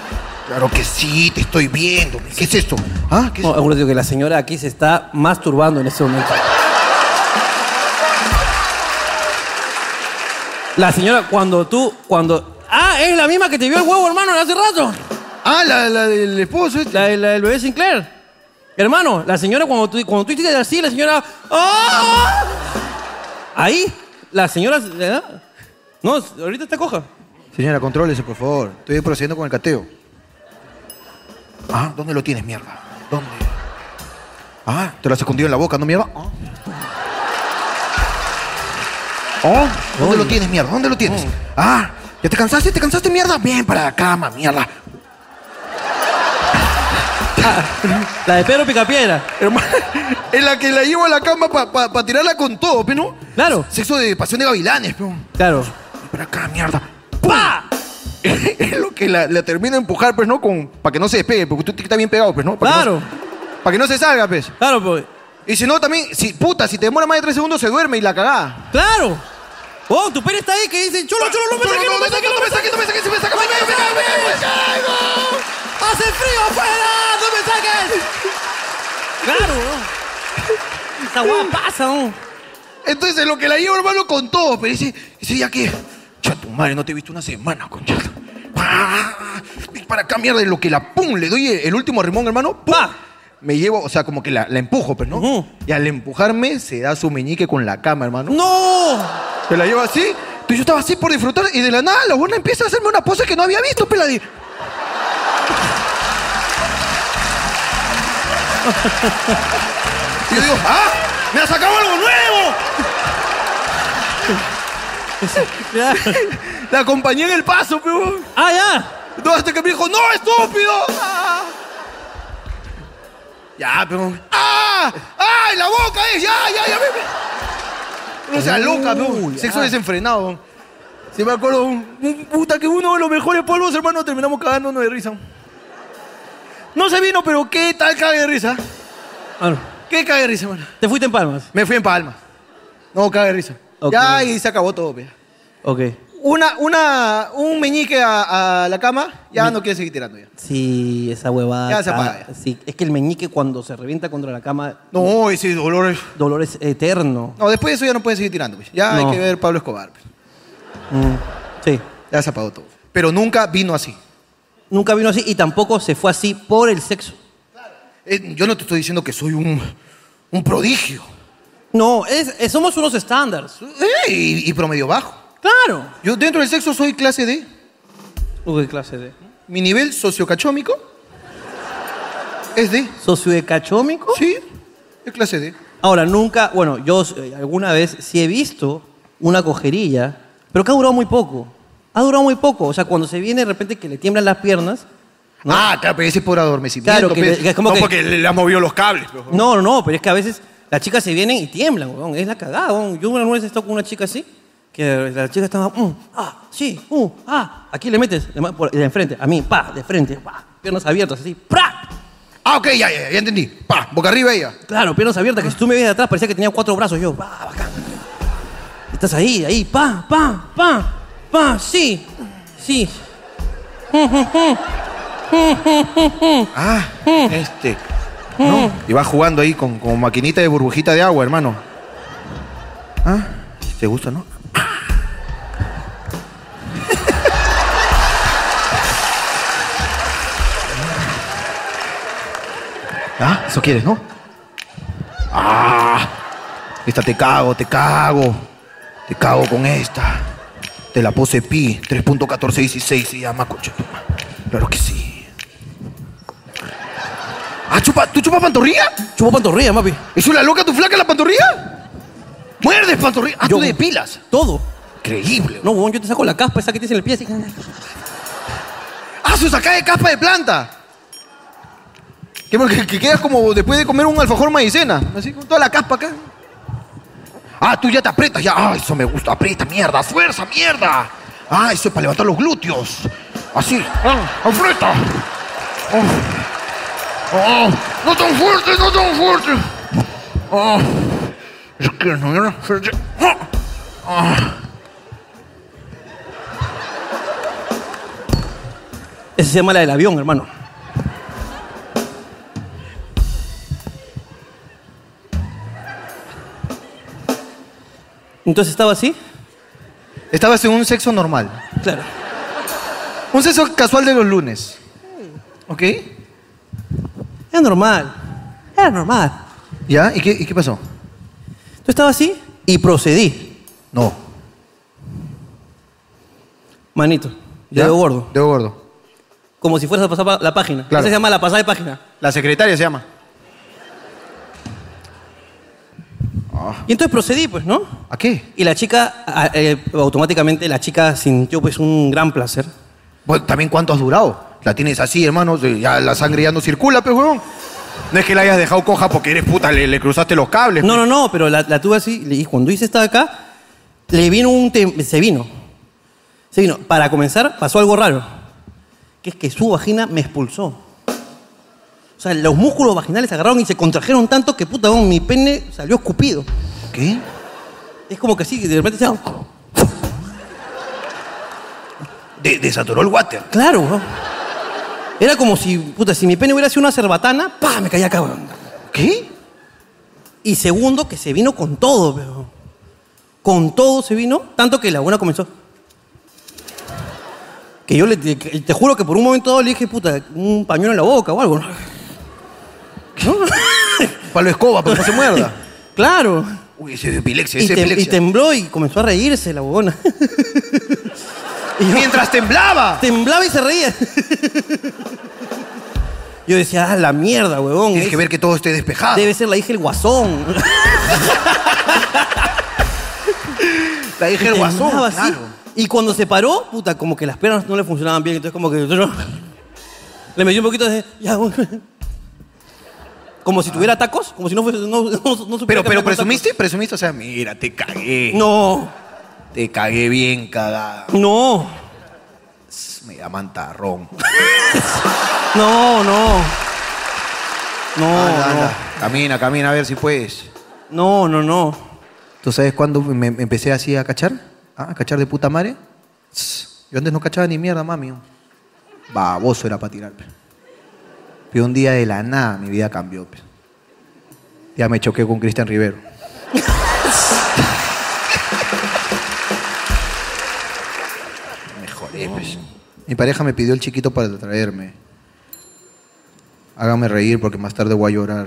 S3: Claro que sí, te estoy viendo. ¿Qué es esto? Ah, ¿qué es
S2: No, eh, acuérdate que la señora aquí se está masturbando en este momento. La señora, cuando tú, cuando... Ah, es la misma que te vio el huevo, hermano, hace rato.
S3: Ah, la, del esposo. este.
S2: La, la del bebé Sinclair. Hermano, la señora, cuando tú, cuando tú hiciste así, la señora... ¡Ah! Ahí, la señora... ¿eh? No, ahorita está coja.
S3: Señora, contrólese, por favor. Estoy procediendo con el cateo. Ah, ¿dónde lo tienes, mierda? ¿Dónde? Ah, te lo has escondido en la boca, ¿no, mierda? Ah. Ah, ¿Dónde lo tienes, mierda? ¿Dónde lo tienes? Ah, ¿ya te cansaste? ¿Te cansaste, mierda? Bien, para la cama, mierda.
S2: La de Pedro Picapiedra.
S3: Hermano, en la que la llevo a la cama para tirarla con todo, ¿pero?
S2: Claro.
S3: Sexo de pasión de gavilanes, pero.
S2: Claro.
S3: Para acá, mierda. ¡Pah! es lo que la, la termina de empujar, pues, ¿no? Con, para que no se despegue, porque tú estás bien pegado, pues, ¿no? claro. para que no se salga, pues.
S2: Claro, pues.
S3: Y si no, también, si, puta, si te demora más de tres segundos, se duerme y la cagá.
S2: ¡Claro! ¡Oh, tu pene está ahí que dice, chulo, chulo, no me saques, no me saques, no me saques,
S9: no me
S2: saques, no me saques, no me saques, ¡Hace frío afuera! ¡No me saques! Claro, ¿no? Esa guapa pasa, ¿no?
S3: Entonces, lo que la llevo, hermano, con todo, pero dice, dice, ¿ya qué? Cha tu madre, no te he visto una semana, concha. ¡Pah! Para acá, mierda, y lo que la pum, le doy el, el último rimón, hermano, ¡pum! Me llevo, o sea, como que la, la empujo, pero no. Y al empujarme, se da su meñique con la cama, hermano.
S2: ¡No!
S3: Se la lleva así. Entonces yo estaba así por disfrutar y de la nada la buena empieza a hacerme una pose que no había visto, pero la di- Y yo digo, ¡ah! ¡Me ha sacado algo nuevo! la acompañé en el paso, pero.
S2: ¡Ah, ya!
S3: No, hasta que me dijo, ¡no, estúpido! ¡Ah! Ya, pero. ¡Ah! ¡Ah! ¡En la boca! eh! ¡Ya, ya, ya! me- me- No seas loca, pero.
S9: Uy,
S3: Sexo
S9: ah.
S3: desenfrenado. Si me acuerdo, un, un- puta, que uno de los mejores polvos, hermano, terminamos cagándonos de risa. No se vino, pero qué tal cague de risa. ¿Qué cague de risa, hermano?
S2: Ah, ¿Te fuiste en Palmas?
S3: Me fui en Palmas. No, cague de risa. Ya, y se acabó todo, pe.
S2: Ok.
S3: Una, una, un meñique a, a la cama, ya no quiere seguir tirando ya.
S2: Sí, esa huevada.
S3: Ya se
S2: está-
S3: apaga,
S2: Sí, es que el meñique cuando se revienta contra la cama.
S3: No, ese dolor es.
S2: Dolor es eterno.
S3: No, después de eso ya no puede seguir tirando, pues. Ya
S2: No.
S3: hay que ver Pablo Escobar. pues.
S2: Mm, sí.
S3: Ya se apagó todo. Pero nunca vino así.
S2: Nunca vino así y tampoco se fue así por el sexo.
S3: Eh, yo no te estoy diciendo que soy un, un prodigio.
S2: No, es, es- somos unos estándares.
S3: Eh, y, y promedio bajo.
S2: Claro.
S3: Yo dentro del sexo soy clase D.
S2: Uy, clase D.
S3: Mi nivel sociocachómico es D.
S2: ¿Socioecachómico?
S3: Sí, es clase D.
S2: Ahora, nunca, bueno, yo eh, alguna vez sí he visto una cojerilla, pero que ha durado muy poco. Ha durado muy poco. O sea, cuando se viene de repente que le tiemblan las piernas.
S3: Ah, claro, pero ese es por adormecimiento.
S2: Claro,
S3: pues.
S2: que
S3: pe.
S2: le- que es como
S3: no
S2: que-
S3: porque le, le has movido los cables. pe.
S2: No, no, no, pero es que a veces las chicas se vienen y tiemblan, weón. Es la cagada, weón. Yo una vez he estado con una chica así, que la chica estaba, mm, ah, sí, uh, ah. Aquí le metes, le ma- por- de enfrente, a mí, pa, de frente, pa, piernas abiertas, así, ¡pra!
S3: Ah, ok, ya, ya, ya entendí. Pa, boca arriba ella.
S2: Claro, piernas abiertas, que si tú me ves de atrás parecía que tenía cuatro brazos yo. Pa, bacán. Estás ahí, ahí, pa, pa, pa, pa, sí, sí.
S3: Ah, este. ¿no? Y va jugando ahí con, con maquinita de burbujita de agua, hermano. ¿Ah? ¿Te gusta, no? ¿Ah? ¿Eso quieres, no? ¡Ah! Esta te cago, te cago. Te cago con esta. Te la pose pi, 3.1416 se llama, coche. Claro que sí. Ah, chupa, ¿tú chupas pantorrilla?
S2: Chupo pantorrilla, papi.
S3: ¿Es una loca tu flaca la pantorrilla? ¿Muerdes pantorrilla? Ah, tú depilas.
S2: Todo.
S3: Increíble.
S2: No, huevón, yo te saco la caspa esa que tienes en el pie así.
S3: Ah, su saca de capa de planta. Que, que, que quedas como después de comer un alfajor maicena. Así con toda la caspa acá. Ah, tú ya te aprietas, ya. Ah, eso me gusta. Aprieta, mierda. Fuerza, mierda. Ah, eso es para levantar los glúteos. Así. Ah, aprieta. Oh. Oh. No tan fuerte, no tan fuerte. Ah. Es que no era fuerte. Ah. Ah.
S2: Esa se llama la del avión, hermano. Entonces estaba así.
S3: Estabas en un sexo normal.
S2: Claro.
S3: Un sexo casual de los lunes. ¿Ok?
S2: Era normal. Era normal.
S3: ¿Ya? ¿Y qué, y qué pasó?
S2: Tú estabas así y procedí.
S3: No.
S2: Manito.
S3: ¿Ya?
S2: Dedo gordo.
S3: Dedo gordo.
S2: Como si fueras a pasar pa- la página.
S3: Claro.
S2: Esa se llama la pasada de página.
S3: La secretaria se llama.
S2: Y entonces procedí, pues, ¿no?
S3: ¿A qué?
S2: Y la chica, a- eh, automáticamente, la chica sintió pues un gran placer.
S3: Bueno, también cuánto has durado. La tienes así, hermano. Ya la sangre ya no circula, pues, huevón. No es que la hayas dejado coja porque eres puta, le, le cruzaste los cables.
S2: No, no, no, pero la, la tuve así. Y cuando hice esta de acá, le vino un... tem- se vino. Se vino. Para comenzar, pasó algo raro. Que es que su vagina me expulsó. O sea, los músculos vaginales se agarraron y se contrajeron tanto que, puta, weón, mi pene salió escupido.
S3: ¿Qué?
S2: Es como que así, de repente... se-
S3: De- desatoró el water.
S2: Claro, weón. Era como si, puta, si mi pene hubiera sido una cerbatana, pa, me caía acá, weón.
S3: ¿Qué?
S2: Y segundo, que se vino con todo, weón. Con todo se vino, tanto que la buena comenzó. Que yo le, te, te juro que por un momento dado le dije, puta, un pañuelo en la boca o algo.
S3: Palo escoba, para que no se muerda.
S2: Claro.
S3: Uy, ese es epilepsia,
S2: y,
S3: ese es
S2: tem- y
S3: epilepsia.
S2: tembló y comenzó a reírse la huevona.
S3: ¡Mientras temblaba!
S2: Temblaba y se reía. Yo decía, ah, la mierda, huevón.
S3: Tienes que ver que todo esté despejado.
S2: Debe ser la hija del guasón.
S3: La hija
S2: Y
S3: del guasón,
S2: temblaba así.
S3: claro.
S2: Y cuando se paró, puta, como que las piernas no le funcionaban bien, entonces como que le metí un poquito de ya, bueno. como si tuviera tacos, como si no fuese no, no- no supiera caminar
S3: Pero, pero
S2: con tacos.
S3: presumiste, presumiste, o sea, mira, te cagué.
S2: No,
S3: Te cagué bien cagada.
S2: no,
S3: Me da mantarrón.
S2: no, no. No,
S3: Anda, Ah, anda. Camina, camina, a ver si puedes.
S2: no, no, no, no.
S3: ¿Tú sabes cuándo me me empecé así a cachar? ¿Ah? ¿A cachar de puta madre? Tss, Yo antes no cachaba ni mierda, mami. Baboso era para tirar. pe. Pero un día de la nada mi vida cambió. pe. Ya me choqué con Cristian Rivero. Mejoré, pues. Mi pareja me pidió el chiquito para traerme. Hágame reír porque más tarde voy a llorar.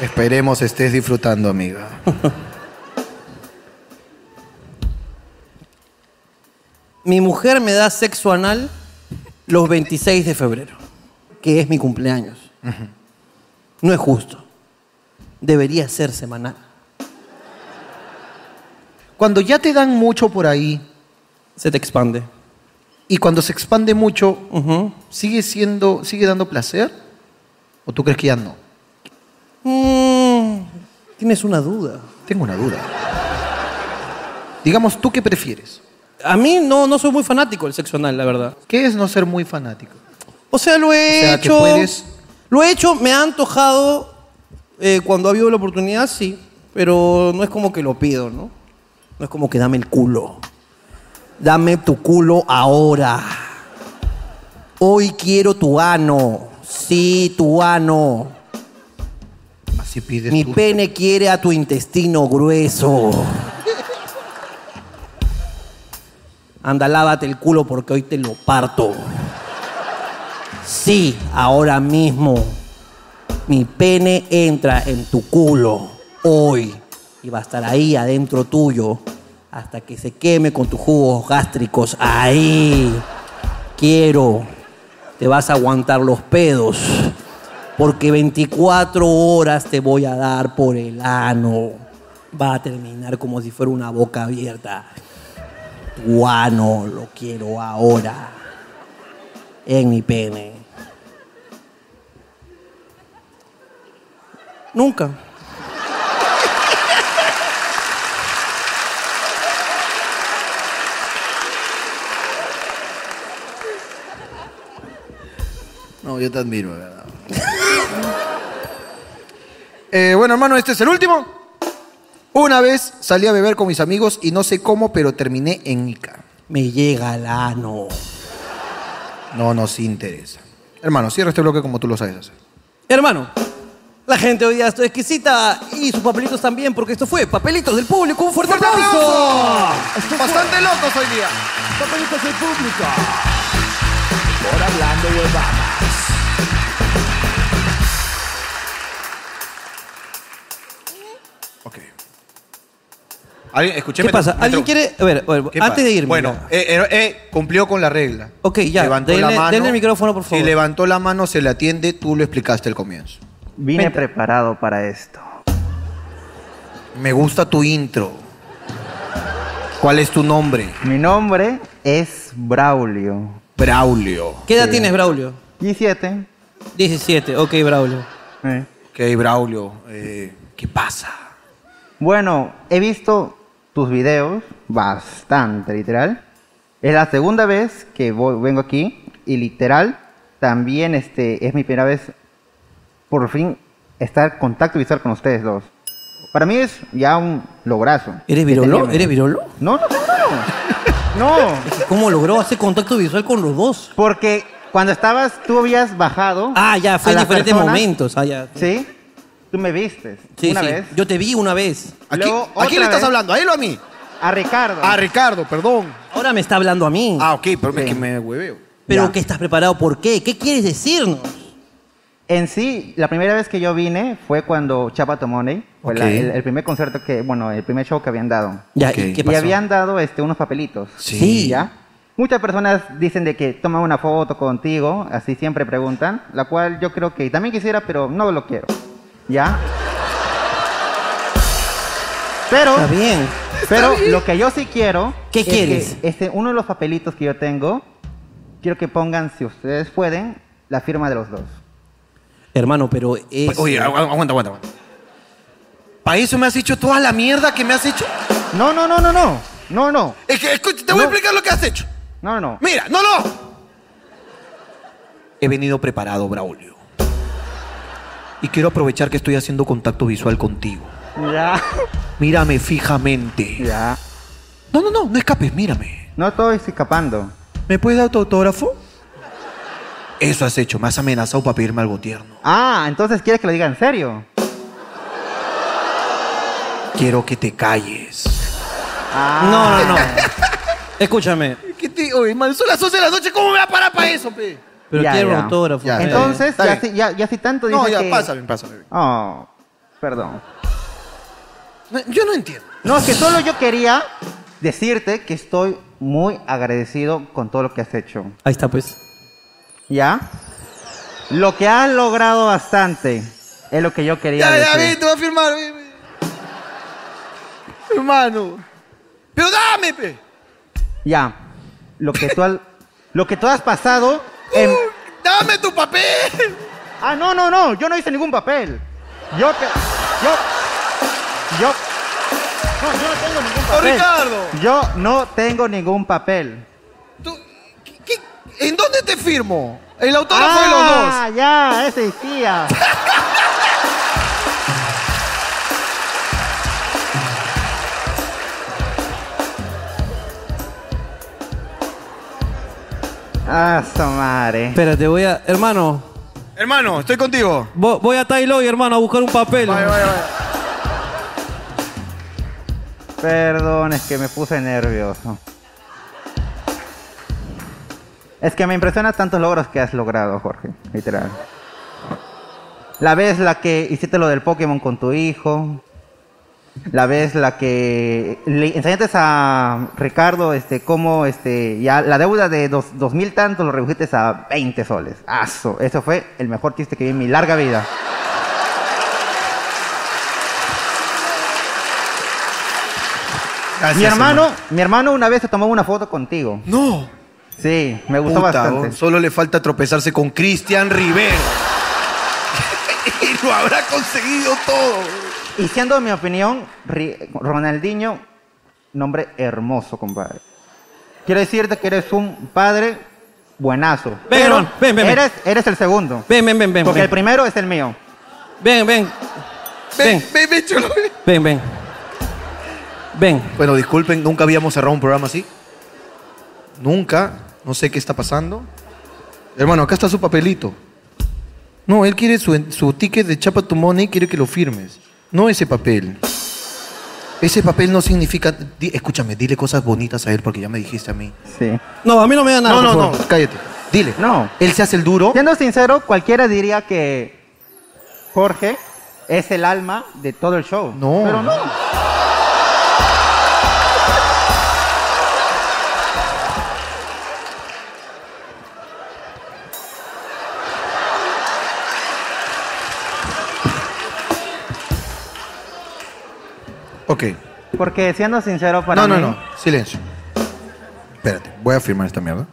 S3: Esperemos estés disfrutando, amiga.
S2: Mi mujer me da sexo anal los 26 de febrero, que es mi cumpleaños. No es justo. Debería ser semanal.
S3: Cuando ya te dan mucho por ahí.
S2: Se te expande.
S3: Y cuando se expande mucho, ¿sigue siendo, sigue dando placer? ¿O tú crees que ya no?
S2: Mm, tienes una duda.
S3: Tengo una duda. Digamos, ¿tú qué prefieres?
S2: A mí no, no soy muy fanático del sexo anal, la verdad.
S3: ¿Qué es no ser muy fanático?
S2: O sea, lo he
S3: O sea, que
S2: hecho.
S3: puedes-
S2: Lo he hecho, me ha antojado eh, cuando ha habido la oportunidad, sí. Pero no es como que lo pido, ¿no? No es como que dame el culo. Dame tu culo ahora. Hoy quiero tu ano. Sí, tu ano.
S3: Así Ah, pides
S2: Mi
S3: tú.
S2: pene quiere a tu intestino grueso. Anda, lávate el culo porque hoy te lo parto. Sí, ahora mismo. Mi pene entra en tu culo hoy y va a estar ahí adentro tuyo hasta que se queme con tus jugos gástricos. Ahí. Quiero. Te vas a aguantar los pedos porque 24 horas te voy a dar por el ano. Va a terminar como si fuera una boca abierta. Tu ano lo quiero ahora. En mi pene. Nunca.
S3: No, yo te admiro, de verdad. Eh, bueno, hermano, este es el último. Una vez salí a beber con mis amigos y no sé cómo, pero terminé en Ica.
S2: Me llega el ano.
S3: No nos interesa. Hermano, cierra este bloque como tú lo sabes hacer.
S2: Hermano, la gente hoy día está exquisita y sus papelitos también, porque esto fue Papelitos del Público. ¡Un fuerte, aplauso!
S9: Bastante locos hoy día. Papelitos del público. Por hablando huevadas.
S3: ¿Alguien, escuché,
S2: ¿Qué
S3: me-
S2: pasa?
S3: me
S2: ¿Alguien
S3: tro-
S2: quiere.? A ver, a ver,
S3: ¿Qué pasa?
S2: antes de irme.
S3: Bueno,
S2: ya.
S3: eh, eh, eh, cumplió con la regla.
S2: Ok, ya.
S3: Levantó
S2: denle,
S3: la mano.
S2: denle el micrófono, por
S3: Si
S2: favor.
S3: levantó la mano, se le atiende, tú lo explicaste al comienzo.
S19: Vine
S3: Vente.
S19: preparado para esto.
S3: Me gusta tu intro. ¿Cuál es tu nombre?
S19: Mi nombre es Braulio.
S3: Braulio.
S2: ¿Qué edad tienes, Braulio?
S19: 17.
S2: 17, ok, Braulio.
S3: Ok, Braulio. eh, ¿Qué pasa?
S19: Bueno, he visto tus videos, bastante, literal. Es la segunda vez que voy- vengo aquí y literal, también este, es mi primera vez, por fin, estar en contacto visual con ustedes dos. Para mí es ya un lograzo.
S2: ¿Eres virolo?
S19: Entendiéndome.
S2: ¿Eres virolo?
S19: No, no, no, no. No.
S2: ¿Cómo logró hacer contacto visual con los dos?
S19: Porque cuando estabas, tú habías bajado.
S2: Ah, ya,
S19: a
S2: fue en
S19: las
S2: diferentes
S19: personas.
S2: momentos. Ah, ya.
S19: Sí. Tú me vistes.
S2: Sí,
S19: una
S2: sí.
S19: vez.
S2: Yo te vi una vez.
S19: Luego,
S2: ¿a quién le
S19: otra
S2: estás
S19: vez.
S2: hablando?
S3: ¿A él o a mí?
S19: A Ricardo.
S3: A Ricardo, perdón.
S2: Ahora me está hablando a mí.
S3: Ah, ok, pero es que me hueveo.
S2: ¿Pero qué estás preparado? ¿Por qué? ¿Qué quieres decirnos?
S19: En sí, la primera vez que yo vine fue cuando Chapa Tomone, fue la-
S2: Ok.
S19: el, el primer concierto que, bueno, el primer show que habían dado.
S2: Ya, ¿y Ok. qué pasó?
S19: habían dado este, unos papelitos.
S2: Sí.
S19: ¿Ya? Muchas personas dicen de que toma una foto contigo, así siempre preguntan, la cual yo creo que también quisiera, pero no lo quiero. ¿Ya? Pero.
S2: Está bien.
S19: Pero
S2: Está bien.
S19: lo que yo sí quiero.
S2: ¿Qué
S19: es
S2: quieres?
S19: que, este, uno de los papelitos que yo tengo, quiero que pongan, si ustedes pueden, la firma de los dos.
S2: Hermano, pero es.
S3: Pues, Oye, agu- aguanta, aguanta, aguanta. ¿Para eso me has hecho toda la mierda que me has hecho?
S19: No, no, no, no, no. No, no.
S3: Es que, escucha, te voy a explicar lo que has hecho.
S19: No, no.
S3: Mira, no, no. He venido preparado, Braulio. Y quiero aprovechar que estoy haciendo contacto visual contigo.
S19: Ya.
S3: Mírame fijamente.
S19: Ya.
S3: No, no, no, no escapes, mírame.
S19: No estoy escapando.
S3: ¿Me puedes dar tu autógrafo? Eso has hecho, me has amenazado para pedirme algo tierno.
S19: Ah, entonces quieres que lo diga en serio.
S3: Quiero que te calles.
S2: No, no, no.
S19: Ah.
S2: Escúchame.
S3: ¿Qué te, oye, man, son las 11 de la noche, ¿cómo me va a parar para eso, pe?
S2: Pero
S19: Ya,
S2: quiero un
S19: ya.
S2: autógrafo. Eh,
S19: Ya,
S2: Está bien.
S19: entonces,
S2: Está
S19: ya,
S2: bien.
S19: si, ya, ya si tanto
S3: No,
S19: dices
S3: ya,
S19: que-
S3: pásame, pásame.
S19: Oh, perdón.
S3: Yo no entiendo.
S19: No, es que solo yo quería decirte que estoy muy agradecido con todo lo que has hecho.
S2: Ahí está, pues.
S19: ¿Ya? Lo que has logrado bastante es lo que yo quería
S3: Ya, ya,
S19: decir.
S3: ven, te voy a firmar, ven, ven. Hermano. Pero dame, pe.
S19: Ya. Lo que tú, al- lo que tú has pasado. en-
S3: Dame tu papel.
S19: Ah, no, no, no. Yo no hice ningún papel. Yo. te- Yo. Yo.
S14: No, yo no tengo ningún
S9: ¡Oh, Ricardo!
S19: Yo no tengo ningún papel.
S3: ¿En dónde te firmo? El autógrafo
S19: Ah,
S3: de los dos.
S19: ya, ese existía. Ah, su madre.
S2: Espérate, voy a. Hermano.
S9: Hermano, estoy contigo.
S2: vo- Voy a Tailoy, hermano, a buscar un papel.
S19: Perdón, es que me puse nervioso. Es que me impresionan tantos logros que has logrado, Jorge, literal. La vez la que hiciste lo del Pokémon con tu hijo. La vez la que le enseñaste a Ricardo este, cómo este, ya la deuda de dos, dos mil tantos lo redujiste a 20 soles. Aso, eso fue el mejor chiste que vi en mi larga vida. mi hermano, mi hermano una vez se tomó una foto contigo.
S3: No.
S19: Sí, me gustó
S3: Puta,
S19: bastante.
S3: oh, Solo le falta tropezarse con Cristian Rivero. y lo habrá conseguido todo.
S19: Y siendo mi opinión, Ri- Ronaldinho, nombre hermoso, compadre. Quiero decirte que eres un padre buenazo.
S2: Ven,
S19: Pero
S2: hermano, ven, ven, ven.
S19: Eres, eres el segundo.
S2: Ven, ven, ven, ven.
S19: Porque
S2: ven.
S19: el primero es el mío.
S2: Ven, ven. Ven,
S3: ven, ven,
S2: Ven, ven. Ven.
S3: Bueno, disculpen, nunca habíamos cerrado un programa así. Nunca. No sé qué está pasando. Hermano, acá está su papelito. No, él quiere su, su ticket de Chapa tu Money, quiere que lo firmes. No ese papel. Ese papel no significa. di- escúchame, dile cosas bonitas a él porque ya me dijiste a mí.
S19: Sí.
S2: No, a mí no me da
S3: nada. No, no, no, cállate. Dile.
S19: No.
S3: Él se hace el duro.
S19: Siendo sincero, cualquiera diría que Jorge es el alma de todo el show.
S3: No.
S19: Pero no.
S3: Ok.
S19: Porque siendo sincero para
S3: No, no,
S19: mí...
S3: no. Silencio. Espérate, voy a firmar esta mierda.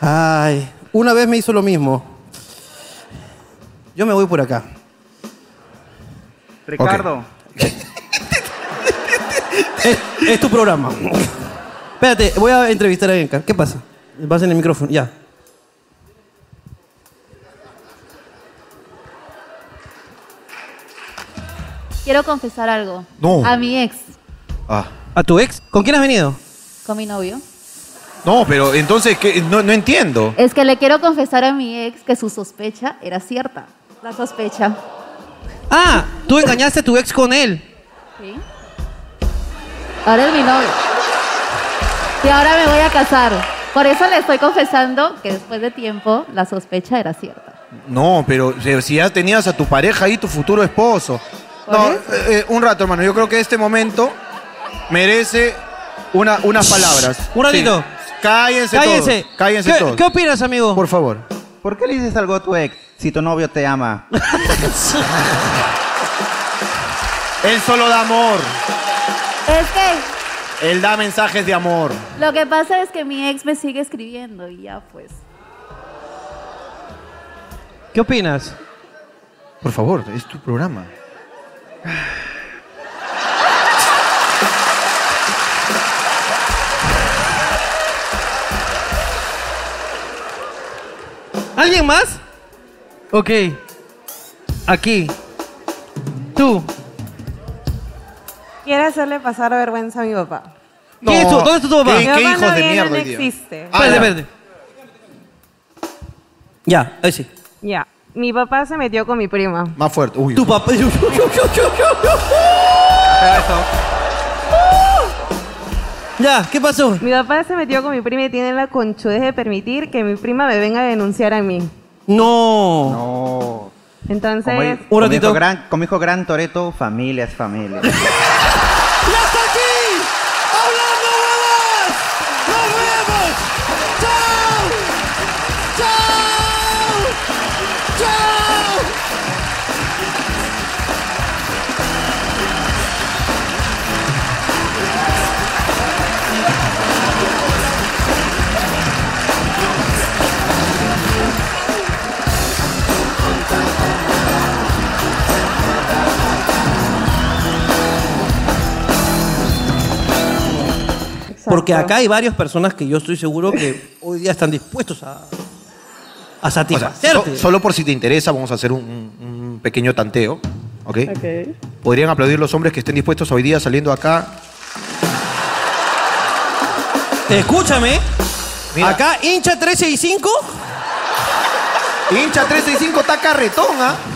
S2: Ay, una vez me hizo lo mismo. Yo me voy por acá.
S19: Ricardo.
S2: Es, es tu programa. Espérate, voy a entrevistar a Genka. ¿Qué pasa? Pasen el micrófono, ya.
S20: Quiero confesar algo.
S2: No.
S20: A mi ex,
S3: Ah.
S2: ¿A tu ex? ¿Con quién has venido?
S20: con mi novio.
S3: No, pero entonces, ¿qué? No, no entiendo.
S20: Es que le quiero confesar a mi ex que su sospecha era cierta. La sospecha.
S2: Ah, tú engañaste a tu ex con él.
S20: ¿Sí? Ahora es mi novio. Y ahora me voy a casar. Por eso le estoy confesando que después de tiempo la sospecha era cierta.
S3: No, pero si- si ya tenías a tu pareja ahí, tu futuro esposo. No, eh, eh, un rato, hermano. Yo creo que este momento merece una, unas palabras.
S2: Un ratito.
S3: Sí. Cállense,
S19: Cállense.
S3: todos. Cállense
S19: ¿Qué-
S3: todos.
S19: qué
S2: opinas, amigo?
S3: Por favor.
S19: ¿Por qué le dices algo a tu ex si tu novio te ama?
S3: Él solo da amor.
S20: Es que
S3: Él da mensajes de amor.
S20: lo que pasa es que mi ex me sigue escribiendo y ya pues.
S2: ¿Qué opinas?
S3: Por favor, es tu programa.
S2: ¿Alguien más? Ok. Aquí. Tú.
S18: Quiere hacerle pasar vergüenza a mi papá.
S2: ¿Quién es tu- ¿Dónde está tu papá?
S18: Mi papá no viene, no existe.
S2: Espérate, espérate. Ya, ahí sí.
S18: Ya. Mi papá se metió con mi prima.
S3: Más fuerte. Uy.
S2: Tu papá. Ya, ¿qué pasó?
S18: Mi papá se metió con mi prima y tiene la conchudez de permitir que mi prima me venga a denunciar a mí.
S2: No.
S19: No.
S18: Entonces,
S19: Como, di-
S18: Un
S19: como
S18: ratito.
S19: dijo gran, como dijo Gran Toreto, familia es familia.
S14: ¡Ya está aquí! ¡Hablando huevas! ¡Nos vemos! ¡Chao! ¡Chao! ¡Chao!
S20: Chao.
S2: Porque acá hay varias personas que yo estoy seguro que hoy día están dispuestos a, a
S3: O sea,
S2: satisfacerte.
S3: so- solo por si te interesa, vamos a hacer un, un- un pequeño tanteo. ¿Ok?
S2: Ok.
S3: ¿Podrían aplaudir los hombres que estén dispuestos hoy día saliendo acá?
S2: Escúchame. Acá, hincha 13 y 5.
S3: Hincha 13 y 5 está carretón, ¿ah?